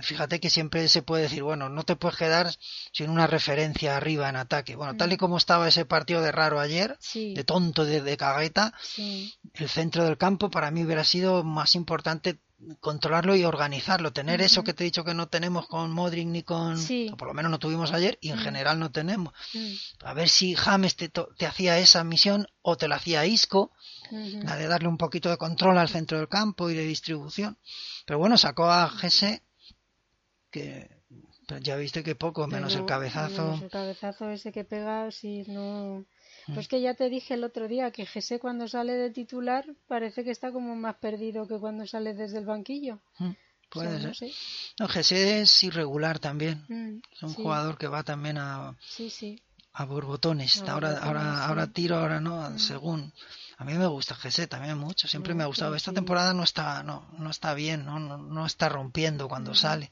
[SPEAKER 1] Fíjate que siempre se puede decir, bueno, no te puedes quedar sin una referencia arriba en ataque. Bueno, tal y
[SPEAKER 2] Mm.
[SPEAKER 1] como estaba ese partido de raro ayer,
[SPEAKER 2] Sí,
[SPEAKER 1] de tonto, de, de cagueta,
[SPEAKER 2] sí.
[SPEAKER 1] el centro del campo para mí hubiera sido más importante controlarlo y organizarlo, tener
[SPEAKER 2] Ujú.
[SPEAKER 1] eso que te he dicho que no tenemos con Modric ni con,
[SPEAKER 2] Sí.
[SPEAKER 1] o por lo menos no tuvimos ayer y en
[SPEAKER 2] Ujú.
[SPEAKER 1] general no tenemos.
[SPEAKER 2] Mm,
[SPEAKER 1] A ver si James te, to- te hacía esa misión o te la hacía Isco,
[SPEAKER 2] mhm.
[SPEAKER 1] la de darle un poquito de control al centro del campo y de distribución. Pero bueno, sacó a Gese que pero ya viste que poco, menos
[SPEAKER 2] Pero
[SPEAKER 1] el
[SPEAKER 2] no,
[SPEAKER 1] cabezazo.
[SPEAKER 2] menos el cabezazo ese que pega, sí, no.
[SPEAKER 1] Mm.
[SPEAKER 2] Pues que ya te dije el otro día que Jesse cuando sale de titular parece que está como más perdido que cuando sale desde el banquillo.
[SPEAKER 1] Mm,
[SPEAKER 2] O sea,
[SPEAKER 1] Puede
[SPEAKER 2] no
[SPEAKER 1] ser.
[SPEAKER 2] sé.
[SPEAKER 1] No, Gese es irregular también.
[SPEAKER 2] Mm,
[SPEAKER 1] Es un
[SPEAKER 2] sí,
[SPEAKER 1] jugador que va también a,
[SPEAKER 2] Sí, sí.
[SPEAKER 1] A borbotones.
[SPEAKER 2] A
[SPEAKER 1] ahora,
[SPEAKER 2] borbotones,
[SPEAKER 1] ahora,
[SPEAKER 2] sí.
[SPEAKER 1] ahora tiro, ahora no,
[SPEAKER 2] Mm.
[SPEAKER 1] según. A mí me gusta Gese también mucho, siempre
[SPEAKER 2] No,
[SPEAKER 1] me ha gustado.
[SPEAKER 2] pero
[SPEAKER 1] Esta
[SPEAKER 2] sí.
[SPEAKER 1] temporada no está, no, no está bien, no, no, no está rompiendo cuando
[SPEAKER 2] Mm.
[SPEAKER 1] sale.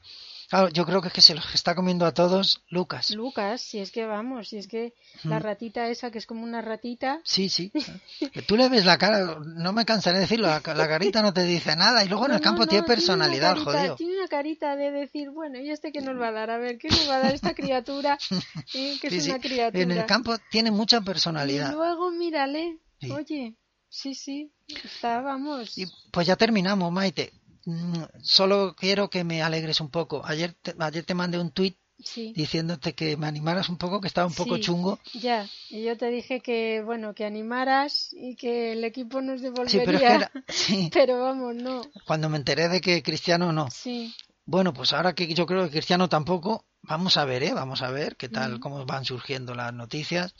[SPEAKER 1] Claro, yo creo que es que se los está comiendo a todos Lucas.
[SPEAKER 2] Lucas, si es que vamos, si es que la
[SPEAKER 1] Mm.
[SPEAKER 2] ratita esa que es como una ratita.
[SPEAKER 1] Sí, sí. Que Tú le ves la cara, no me cansaré de decirlo, la, la carita no te dice nada. Y luego en
[SPEAKER 2] No,
[SPEAKER 1] el
[SPEAKER 2] no,
[SPEAKER 1] campo
[SPEAKER 2] no,
[SPEAKER 1] tiene
[SPEAKER 2] una
[SPEAKER 1] personalidad,
[SPEAKER 2] carita-
[SPEAKER 1] jodido.
[SPEAKER 2] Tiene una carita de decir, bueno, ¿y este qué nos va a dar? A ver, ¿qué nos va a dar esta criatura? Eh, que es
[SPEAKER 1] Sí, sí.
[SPEAKER 2] una criatura.
[SPEAKER 1] En el campo tiene mucha
[SPEAKER 2] Y
[SPEAKER 1] personalidad.
[SPEAKER 2] luego mírale.
[SPEAKER 1] Sí.
[SPEAKER 2] Oye, sí, sí. Está, vamos.
[SPEAKER 1] Y pues ya terminamos, Maite. Mm, Solo quiero que me alegres un poco. Ayer te, ayer te mandé un tuit
[SPEAKER 2] Sí.
[SPEAKER 1] diciéndote que me animaras un poco, que estaba un poco
[SPEAKER 2] Sí,
[SPEAKER 1] chungo.
[SPEAKER 2] Ya, y yo te dije que, bueno, que animaras y que el equipo nos
[SPEAKER 1] Sí,
[SPEAKER 2] devolvería.
[SPEAKER 1] pero es que era- sí,
[SPEAKER 2] Pero vamos, no.
[SPEAKER 1] cuando me enteré de que Cristiano no.
[SPEAKER 2] Sí,
[SPEAKER 1] Bueno, pues ahora que yo creo que Cristiano tampoco, vamos a ver, ¿eh? Vamos a ver qué tal,
[SPEAKER 2] Ujú.
[SPEAKER 1] cómo van surgiendo las noticias.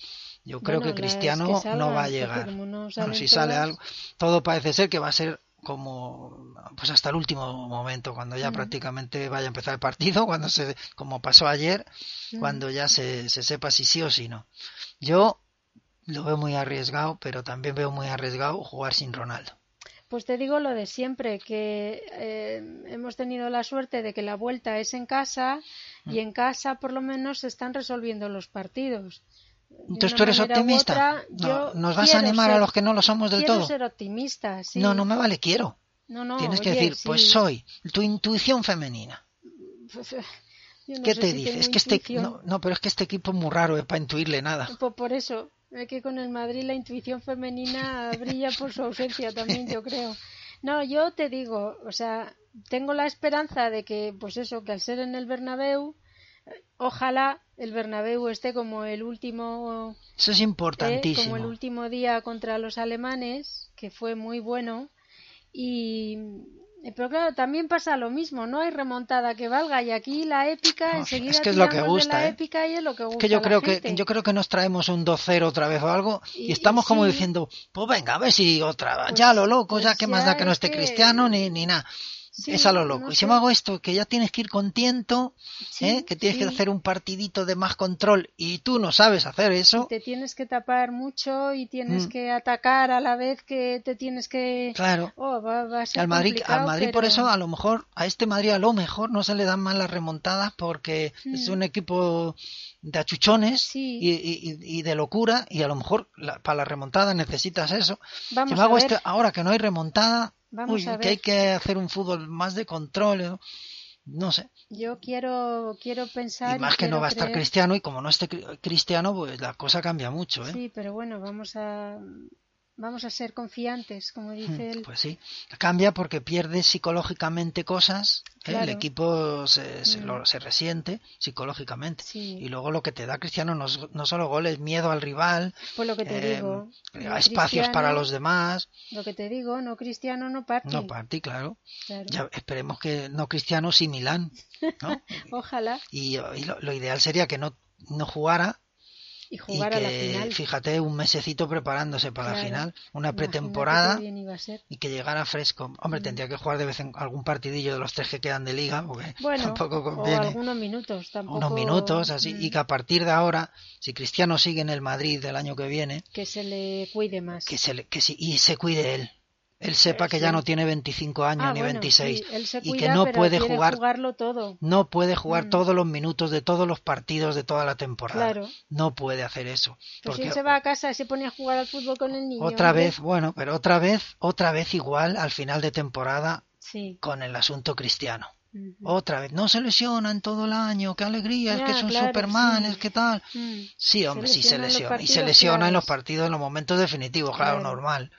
[SPEAKER 1] Yo creo
[SPEAKER 2] Bueno,
[SPEAKER 1] que
[SPEAKER 2] las que
[SPEAKER 1] Cristiano no
[SPEAKER 2] salgan,
[SPEAKER 1] va a
[SPEAKER 2] porque
[SPEAKER 1] llegar.
[SPEAKER 2] como no
[SPEAKER 1] Bueno,
[SPEAKER 2] salen
[SPEAKER 1] si sale
[SPEAKER 2] todas.
[SPEAKER 1] algo, todo parece ser que va a ser como, pues hasta el último momento, cuando ya
[SPEAKER 2] Ujú.
[SPEAKER 1] prácticamente vaya a empezar el partido, cuando se, como pasó ayer,
[SPEAKER 2] Ujú.
[SPEAKER 1] cuando ya se, se sepa si sí o si no. Yo lo veo muy arriesgado, pero también veo muy arriesgado jugar sin Ronaldo.
[SPEAKER 2] pues te digo lo de siempre, que eh, hemos tenido la suerte de que la vuelta es en casa
[SPEAKER 1] Mm.
[SPEAKER 2] y en casa por lo menos se están resolviendo los partidos. De
[SPEAKER 1] Entonces
[SPEAKER 2] una
[SPEAKER 1] tú eres
[SPEAKER 2] manera u
[SPEAKER 1] optimista.
[SPEAKER 2] otra,
[SPEAKER 1] No,
[SPEAKER 2] yo
[SPEAKER 1] ¿Nos vas a
[SPEAKER 2] quiero
[SPEAKER 1] animar a
[SPEAKER 2] ser-
[SPEAKER 1] los que no lo somos del
[SPEAKER 2] quiero
[SPEAKER 1] todo?
[SPEAKER 2] ser optimista, sí.
[SPEAKER 1] No, no me vale, quiero.
[SPEAKER 2] No, no,
[SPEAKER 1] Tienes que
[SPEAKER 2] oye,
[SPEAKER 1] decir, pues
[SPEAKER 2] sí.
[SPEAKER 1] soy tu intuición femenina.
[SPEAKER 2] Yo no
[SPEAKER 1] ¿Qué
[SPEAKER 2] sé
[SPEAKER 1] te
[SPEAKER 2] si
[SPEAKER 1] dice?
[SPEAKER 2] tengo
[SPEAKER 1] Es que este,
[SPEAKER 2] intuición.
[SPEAKER 1] no, no, pero es que este equipo es muy raro eh, para intuirle nada.
[SPEAKER 2] Pues por eso, es que con el Madrid la intuición femenina brilla por su ausencia también, yo creo. No, yo te digo, o sea, tengo la esperanza de que, pues eso, que al ser en el Bernabéu, eh, ojalá el Bernabéu esté como el último,
[SPEAKER 1] Eso es
[SPEAKER 2] eh, como
[SPEAKER 1] importantísimo.
[SPEAKER 2] el último día contra los alemanes, que fue muy bueno. Y eh, pero claro, también pasa lo mismo, no hay remontada que valga y aquí la épica
[SPEAKER 1] No,
[SPEAKER 2] enseguida
[SPEAKER 1] es que es lo que
[SPEAKER 2] tiramos de
[SPEAKER 1] gusta,
[SPEAKER 2] la
[SPEAKER 1] ¿eh?
[SPEAKER 2] épica y es lo que gusta
[SPEAKER 1] Es que yo
[SPEAKER 2] a la
[SPEAKER 1] creo que
[SPEAKER 2] gente.
[SPEAKER 1] yo creo que nos traemos un 2-0 otra vez o algo y,
[SPEAKER 2] Y-
[SPEAKER 1] estamos
[SPEAKER 2] y
[SPEAKER 1] como
[SPEAKER 2] sí.
[SPEAKER 1] diciendo, pues venga, a ver si otra,
[SPEAKER 2] Pues-
[SPEAKER 1] ya lo loco, ya
[SPEAKER 2] pues
[SPEAKER 1] que más
[SPEAKER 2] ya
[SPEAKER 1] da que no
[SPEAKER 2] es
[SPEAKER 1] esté
[SPEAKER 2] que-
[SPEAKER 1] cristiano ni, ni nada.
[SPEAKER 2] Sí,
[SPEAKER 1] es a lo loco.
[SPEAKER 2] no
[SPEAKER 1] y si
[SPEAKER 2] sé.
[SPEAKER 1] me hago esto, que ya tienes que ir contento, ¿eh?
[SPEAKER 2] Sí,
[SPEAKER 1] que tienes que
[SPEAKER 2] sí.
[SPEAKER 1] hacer un partidito de más control y tú no sabes hacer eso,
[SPEAKER 2] Te tienes que tapar mucho y tienes
[SPEAKER 1] Mm.
[SPEAKER 2] que atacar a la vez que te tienes que...
[SPEAKER 1] claro.
[SPEAKER 2] Oh, va, va a ser
[SPEAKER 1] Al Madrid, al
[SPEAKER 2] complicado,
[SPEAKER 1] Madrid por
[SPEAKER 2] pero-
[SPEAKER 1] eso a lo mejor, a este Madrid a lo mejor no se le dan mal las remontadas porque es
[SPEAKER 2] Mm.
[SPEAKER 1] un equipo de achuchones
[SPEAKER 2] Sí.
[SPEAKER 1] y, y- y- y de locura y a lo mejor la- para la remontada necesitas eso.
[SPEAKER 2] Vamos
[SPEAKER 1] Sin
[SPEAKER 2] a
[SPEAKER 1] embargo,
[SPEAKER 2] ver.
[SPEAKER 1] este- ahora que no hay remontada,
[SPEAKER 2] Vamos
[SPEAKER 1] uy,
[SPEAKER 2] a
[SPEAKER 1] que hay
[SPEAKER 2] ver.
[SPEAKER 1] que hacer un fútbol más de control, ¿no? no sé.
[SPEAKER 2] Yo quiero, quiero pensar...
[SPEAKER 1] Y
[SPEAKER 2] y
[SPEAKER 1] más que no
[SPEAKER 2] quiero
[SPEAKER 1] va a estar
[SPEAKER 2] creer.
[SPEAKER 1] Cristiano y como no esté Cri- Cristiano, pues la cosa cambia mucho, ¿eh?
[SPEAKER 2] Sí, pero bueno, vamos a... Vamos a ser confiantes, como dice él.
[SPEAKER 1] Pues sí, cambia porque pierde psicológicamente cosas, ¿eh? el
[SPEAKER 2] Claro.
[SPEAKER 1] equipo se, se
[SPEAKER 2] Mm.
[SPEAKER 1] lo- se resiente psicológicamente.
[SPEAKER 2] Sí.
[SPEAKER 1] Y luego lo que te da Cristiano no, es- no solo goles, miedo al rival,
[SPEAKER 2] Pues lo que te
[SPEAKER 1] eh,
[SPEAKER 2] digo. no
[SPEAKER 1] espacios para
[SPEAKER 2] Cristiano,
[SPEAKER 1] los demás,
[SPEAKER 2] Lo que te digo, no cristiano, no party.
[SPEAKER 1] no para ti, claro.
[SPEAKER 2] Claro.
[SPEAKER 1] Ya, esperemos que no Cristiano, sí Milán. ¿no?
[SPEAKER 2] Ojalá.
[SPEAKER 1] y y lo, lo ideal sería que no, no jugara
[SPEAKER 2] Y
[SPEAKER 1] y
[SPEAKER 2] jugar a la
[SPEAKER 1] que,
[SPEAKER 2] final.
[SPEAKER 1] fíjate, un mesecito preparándose para la
[SPEAKER 2] Claro.
[SPEAKER 1] final, una
[SPEAKER 2] Imagínate qué
[SPEAKER 1] pretemporada.
[SPEAKER 2] bien iba a ser.
[SPEAKER 1] y que llegara fresco. Hombre,
[SPEAKER 2] Mm.
[SPEAKER 1] tendría que jugar de vez en algún partidillo de los tres que quedan de liga, porque
[SPEAKER 2] Bueno,
[SPEAKER 1] tampoco
[SPEAKER 2] o
[SPEAKER 1] conviene.
[SPEAKER 2] algunos minutos, tampoco.
[SPEAKER 1] Unos minutos, así. Y
[SPEAKER 2] Mm,
[SPEAKER 1] que a partir de ahora, si Cristiano sigue en el Madrid del año que viene,
[SPEAKER 2] que se le cuide más.
[SPEAKER 1] que se, le- que si- y se cuide él. Él sepa que ya
[SPEAKER 2] Eh, sí.
[SPEAKER 1] no tiene 25 años
[SPEAKER 2] Ah,
[SPEAKER 1] ni
[SPEAKER 2] bueno,
[SPEAKER 1] 26
[SPEAKER 2] sí, él se
[SPEAKER 1] y que
[SPEAKER 2] cuida,
[SPEAKER 1] no
[SPEAKER 2] pero
[SPEAKER 1] puede
[SPEAKER 2] quiere
[SPEAKER 1] jugar,
[SPEAKER 2] jugarlo todo.
[SPEAKER 1] no puede jugar
[SPEAKER 2] Mm.
[SPEAKER 1] todos los minutos de todos los partidos de toda la temporada.
[SPEAKER 2] Claro.
[SPEAKER 1] No puede hacer eso.
[SPEAKER 2] Pues si
[SPEAKER 1] porque
[SPEAKER 2] él se va a casa y se pone a jugar al fútbol con el niño.
[SPEAKER 1] otra
[SPEAKER 2] hombre.
[SPEAKER 1] vez, bueno, pero otra vez, otra vez igual al final de temporada
[SPEAKER 2] Sí.
[SPEAKER 1] con el asunto cristiano.
[SPEAKER 2] Ujú.
[SPEAKER 1] Otra vez, no se lesiona en todo el año, qué alegría, es que
[SPEAKER 2] Mm. Ya,
[SPEAKER 1] es un
[SPEAKER 2] claro,
[SPEAKER 1] Superman,
[SPEAKER 2] sí.
[SPEAKER 1] es que tal.
[SPEAKER 2] Mm.
[SPEAKER 1] Sí,
[SPEAKER 2] Se
[SPEAKER 1] hombre, sí se
[SPEAKER 2] lesiona en los
[SPEAKER 1] lesiona. Y se
[SPEAKER 2] partidos
[SPEAKER 1] lesiona en los
[SPEAKER 2] claves.
[SPEAKER 1] partidos, en los momentos definitivos, claro,
[SPEAKER 2] Claro.
[SPEAKER 1] normal.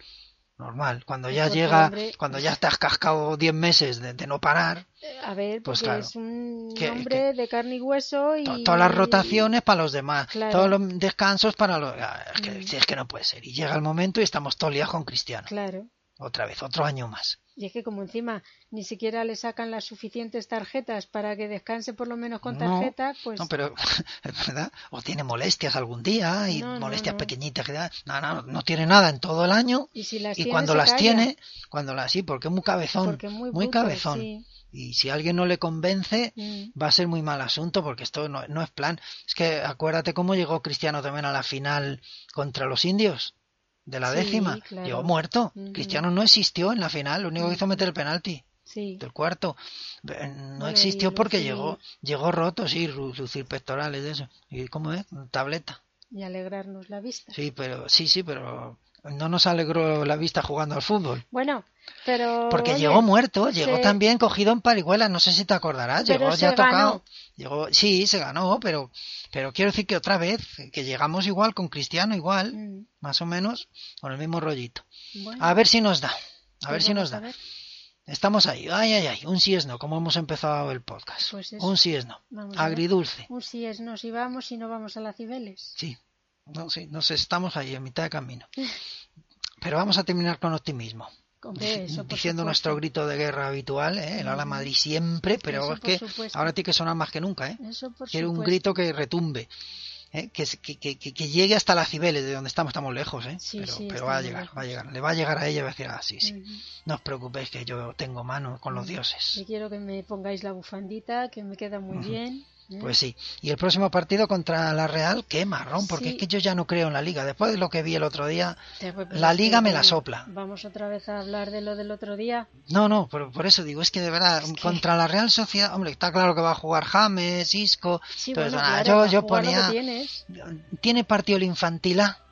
[SPEAKER 1] Normal. Cuando
[SPEAKER 2] Pues
[SPEAKER 1] ya
[SPEAKER 2] porque,
[SPEAKER 1] llega,
[SPEAKER 2] hombre,
[SPEAKER 1] cuando ya te has cascado 10 meses de, de no parar,
[SPEAKER 2] Eh, A ver,
[SPEAKER 1] Pues
[SPEAKER 2] porque
[SPEAKER 1] claro.
[SPEAKER 2] es un
[SPEAKER 1] Que-
[SPEAKER 2] hombre de carne y hueso y...
[SPEAKER 1] to- todas las rotaciones para los demás,
[SPEAKER 2] Claro.
[SPEAKER 1] todos los descansos para los... ah, Es que,
[SPEAKER 2] Mm.
[SPEAKER 1] si es que no puede ser. Y llega el momento y estamos todos liados con Cristiano.
[SPEAKER 2] Claro.
[SPEAKER 1] Otra vez, otro año más.
[SPEAKER 2] Y es que como encima ni siquiera le sacan las suficientes tarjetas para que descanse por lo menos con
[SPEAKER 1] No,
[SPEAKER 2] tarjeta, pues
[SPEAKER 1] No, pero es verdad. O tiene molestias algún día y
[SPEAKER 2] No, no,
[SPEAKER 1] molestias
[SPEAKER 2] no.
[SPEAKER 1] pequeñitas. Que, da- no, no, no tiene nada en todo el año.
[SPEAKER 2] y si las
[SPEAKER 1] Y
[SPEAKER 2] tiene,
[SPEAKER 1] cuando
[SPEAKER 2] se
[SPEAKER 1] las
[SPEAKER 2] calla,
[SPEAKER 1] tiene, cuando las sí, porque es muy cabezón.
[SPEAKER 2] porque es muy, bruto,
[SPEAKER 1] cabezón.
[SPEAKER 2] sí.
[SPEAKER 1] Y si alguien no le convence,
[SPEAKER 2] Mm.
[SPEAKER 1] va a ser muy mal asunto porque esto no, no es plan. Es que acuérdate cómo llegó Cristiano también a la final contra los indios de la
[SPEAKER 2] Sí,
[SPEAKER 1] décima.
[SPEAKER 2] claro.
[SPEAKER 1] Llegó muerto.
[SPEAKER 2] Ujú.
[SPEAKER 1] Cristiano no existió en la final. Lo único que hizo
[SPEAKER 2] Ujú.
[SPEAKER 1] meter el penalti
[SPEAKER 2] Sí,
[SPEAKER 1] del cuarto. Eh, No
[SPEAKER 2] Bueno,
[SPEAKER 1] existió
[SPEAKER 2] y
[SPEAKER 1] porque
[SPEAKER 2] lucir-
[SPEAKER 1] llegó llegó roto, sí, ru- lucir pectorales, eso. ¿Y cómo es? Tableta.
[SPEAKER 2] y alegrarnos la vista.
[SPEAKER 1] Sí, pero sí, sí, pero no nos alegró la vista jugando al fútbol.
[SPEAKER 2] Bueno, pero...
[SPEAKER 1] Porque
[SPEAKER 2] oye,
[SPEAKER 1] llegó muerto, llegó
[SPEAKER 2] se-
[SPEAKER 1] también cogido en parihuela, no sé si te acordarás,
[SPEAKER 2] Pero
[SPEAKER 1] llegó
[SPEAKER 2] se
[SPEAKER 1] ya tocado.
[SPEAKER 2] ganó.
[SPEAKER 1] Llegó, sí, se ganó, pero pero quiero decir que otra vez que llegamos igual con Cristiano igual,
[SPEAKER 2] Mm,
[SPEAKER 1] más o menos, con el mismo rollito.
[SPEAKER 2] bueno,
[SPEAKER 1] A ver si nos da. A
[SPEAKER 2] pues
[SPEAKER 1] ver si
[SPEAKER 2] vamos
[SPEAKER 1] nos
[SPEAKER 2] a
[SPEAKER 1] da.
[SPEAKER 2] ver.
[SPEAKER 1] Estamos ahí. Ay, ay, ay. Un sí es no, como hemos empezado el podcast.
[SPEAKER 2] Pues eso.
[SPEAKER 1] un sí es no.
[SPEAKER 2] Vamos a ver.
[SPEAKER 1] Agridulce.
[SPEAKER 2] Un sí es no, si vamos y no vamos a la Cibeles.
[SPEAKER 1] Sí. No, sí, nos estamos ahí, en mitad de camino. Pero vamos a terminar con optimismo.
[SPEAKER 2] Hombre, eso, por
[SPEAKER 1] diciendo
[SPEAKER 2] supuesto.
[SPEAKER 1] nuestro grito de guerra habitual, ¿eh? el ala Madrid siempre, pero
[SPEAKER 2] Eso,
[SPEAKER 1] es
[SPEAKER 2] por
[SPEAKER 1] que
[SPEAKER 2] supuesto.
[SPEAKER 1] ahora tiene que sonar más que nunca. ¿eh?
[SPEAKER 2] Eso por
[SPEAKER 1] Quiero un
[SPEAKER 2] supuesto.
[SPEAKER 1] grito que retumbe, ¿eh? que, se- que, que- que- que llegue hasta la Cibeles, de donde estamos, estamos lejos, ¿eh?
[SPEAKER 2] Sí,
[SPEAKER 1] pero,
[SPEAKER 2] sí,
[SPEAKER 1] pero va a
[SPEAKER 2] estamos
[SPEAKER 1] llegar, va a
[SPEAKER 2] lejos.
[SPEAKER 1] llegar, le va a llegar a ella y va a decir, ah, sí, sí,
[SPEAKER 2] Ujú.
[SPEAKER 1] no os preocupéis que yo tengo mano con los dioses.
[SPEAKER 2] Mm, Y quiero que me pongáis la bufandita, que me queda muy bien. ¿eh?
[SPEAKER 1] Pues sí, y el próximo partido contra la Real, qué marrón, porque
[SPEAKER 2] Sí.
[SPEAKER 1] es que yo ya no creo en la liga, después de lo que vi el otro día,
[SPEAKER 2] Te- pues,
[SPEAKER 1] la
[SPEAKER 2] es que
[SPEAKER 1] liga me la
[SPEAKER 2] vamos-
[SPEAKER 1] sopla.
[SPEAKER 2] Vamos otra vez a hablar de lo del otro día.
[SPEAKER 1] No, no, por, por eso digo, es que de verdad,
[SPEAKER 2] Es que-
[SPEAKER 1] contra la Real Sociedad, hombre, está claro que va a jugar James, Isco,
[SPEAKER 2] Sí,
[SPEAKER 1] entonces,
[SPEAKER 2] bueno,
[SPEAKER 1] nada,
[SPEAKER 2] claro,
[SPEAKER 1] yo-
[SPEAKER 2] a
[SPEAKER 1] yo,
[SPEAKER 2] jugar lo que
[SPEAKER 1] ponía,
[SPEAKER 2] tienes.
[SPEAKER 1] ¿tiene partido el Infantil A?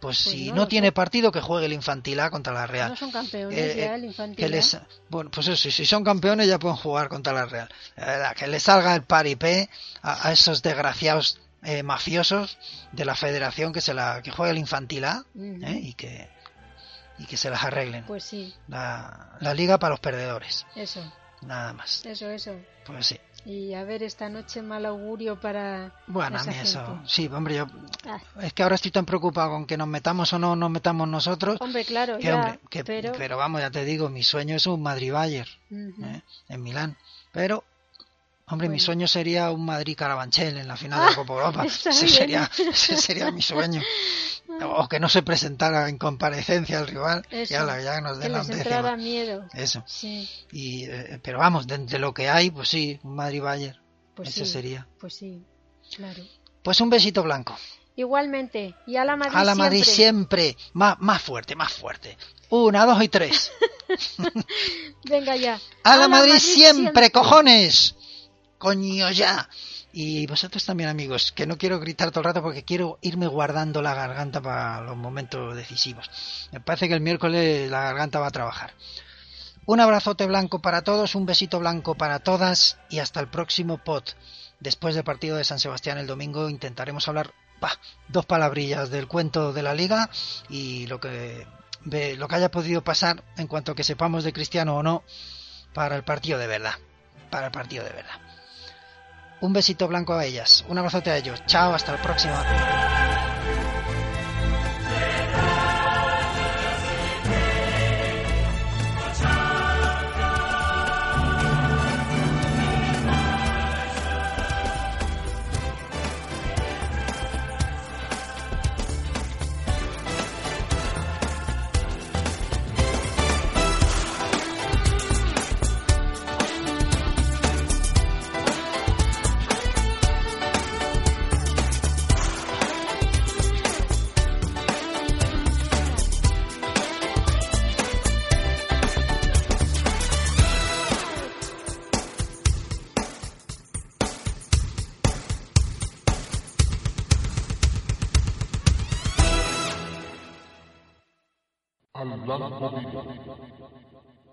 [SPEAKER 1] Pues, si
[SPEAKER 2] no
[SPEAKER 1] no,
[SPEAKER 2] lo sé.
[SPEAKER 1] tiene partido, que juegue el Infantil A contra la Real.
[SPEAKER 2] No son campeones
[SPEAKER 1] Eh,
[SPEAKER 2] ya, el
[SPEAKER 1] eh,
[SPEAKER 2] infantil.
[SPEAKER 1] que
[SPEAKER 2] ¿eh?
[SPEAKER 1] les- bueno, pues eso, si, si son campeones ya pueden jugar contra la Real. Eh, La verdad, que le salga el paripé a, a esos desgraciados eh, mafiosos de la federación que se la que juegue el Infantil A
[SPEAKER 2] Ujú.
[SPEAKER 1] ¿eh? y, que, y que se las arreglen.
[SPEAKER 2] Pues sí,
[SPEAKER 1] La, la liga para los perdedores,
[SPEAKER 2] eso,
[SPEAKER 1] nada más.
[SPEAKER 2] eso, eso.
[SPEAKER 1] Pues sí.
[SPEAKER 2] Y a ver, esta noche mal augurio para.
[SPEAKER 1] Bueno, a
[SPEAKER 2] esa
[SPEAKER 1] mí eso.
[SPEAKER 2] gente.
[SPEAKER 1] Sí, hombre, yo.
[SPEAKER 2] Ah,
[SPEAKER 1] Es que ahora estoy tan preocupado con que nos metamos o no nos metamos nosotros.
[SPEAKER 2] hombre, claro,
[SPEAKER 1] Que,
[SPEAKER 2] Oh, ya.
[SPEAKER 1] hombre, que-
[SPEAKER 2] pero.
[SPEAKER 1] pero... vamos, ya te digo, mi sueño es un Madrid-Bayern
[SPEAKER 2] Ujú.
[SPEAKER 1] ¿eh? en Milán. Pero, hombre, mi
[SPEAKER 2] Bueno.
[SPEAKER 1] sueño sería un Madrid-Carabanchel en la final de la Copa Europa.
[SPEAKER 2] está
[SPEAKER 1] Ese
[SPEAKER 2] bien.
[SPEAKER 1] sería, ese sería mi sueño. O que no se presentara en comparecencia al rival
[SPEAKER 2] Eso,
[SPEAKER 1] y ala, ya nos
[SPEAKER 2] que
[SPEAKER 1] den la
[SPEAKER 2] les entraba
[SPEAKER 1] décima.
[SPEAKER 2] miedo.
[SPEAKER 1] Eso.
[SPEAKER 2] Sí,
[SPEAKER 1] Y, eh, pero vamos, de entre lo que hay, pues sí, un Madrid-Bayern.
[SPEAKER 2] pues
[SPEAKER 1] ese
[SPEAKER 2] sí.
[SPEAKER 1] sería.
[SPEAKER 2] Pues sí, claro.
[SPEAKER 1] Pues un besito blanco.
[SPEAKER 2] Igualmente, y a la Madrid,
[SPEAKER 1] a la Madrid
[SPEAKER 2] siempre.
[SPEAKER 1] siempre. Más, más fuerte, más fuerte. Una, dos y tres.
[SPEAKER 2] Venga ya.
[SPEAKER 1] A la Madrid, siempre, cojones. Coño ya. Y vosotros también, amigos, que no quiero gritar todo el rato porque quiero irme guardando la garganta para los momentos decisivos. Me parece que el miércoles la garganta va a trabajar. Un abrazote blanco para todos, un besito blanco para todas y hasta el próximo pod. Después del partido de San Sebastián el domingo intentaremos hablar bah, dos palabrillas del cuento de la liga y lo que, de lo que haya podido pasar en cuanto que sepamos de Cristiano o no para el partido de verdad. Para el partido de verdad. Un besito blanco a ellas. Un abrazote a ellos. Chao, hasta el próximo.
[SPEAKER 3] al blanco vivo.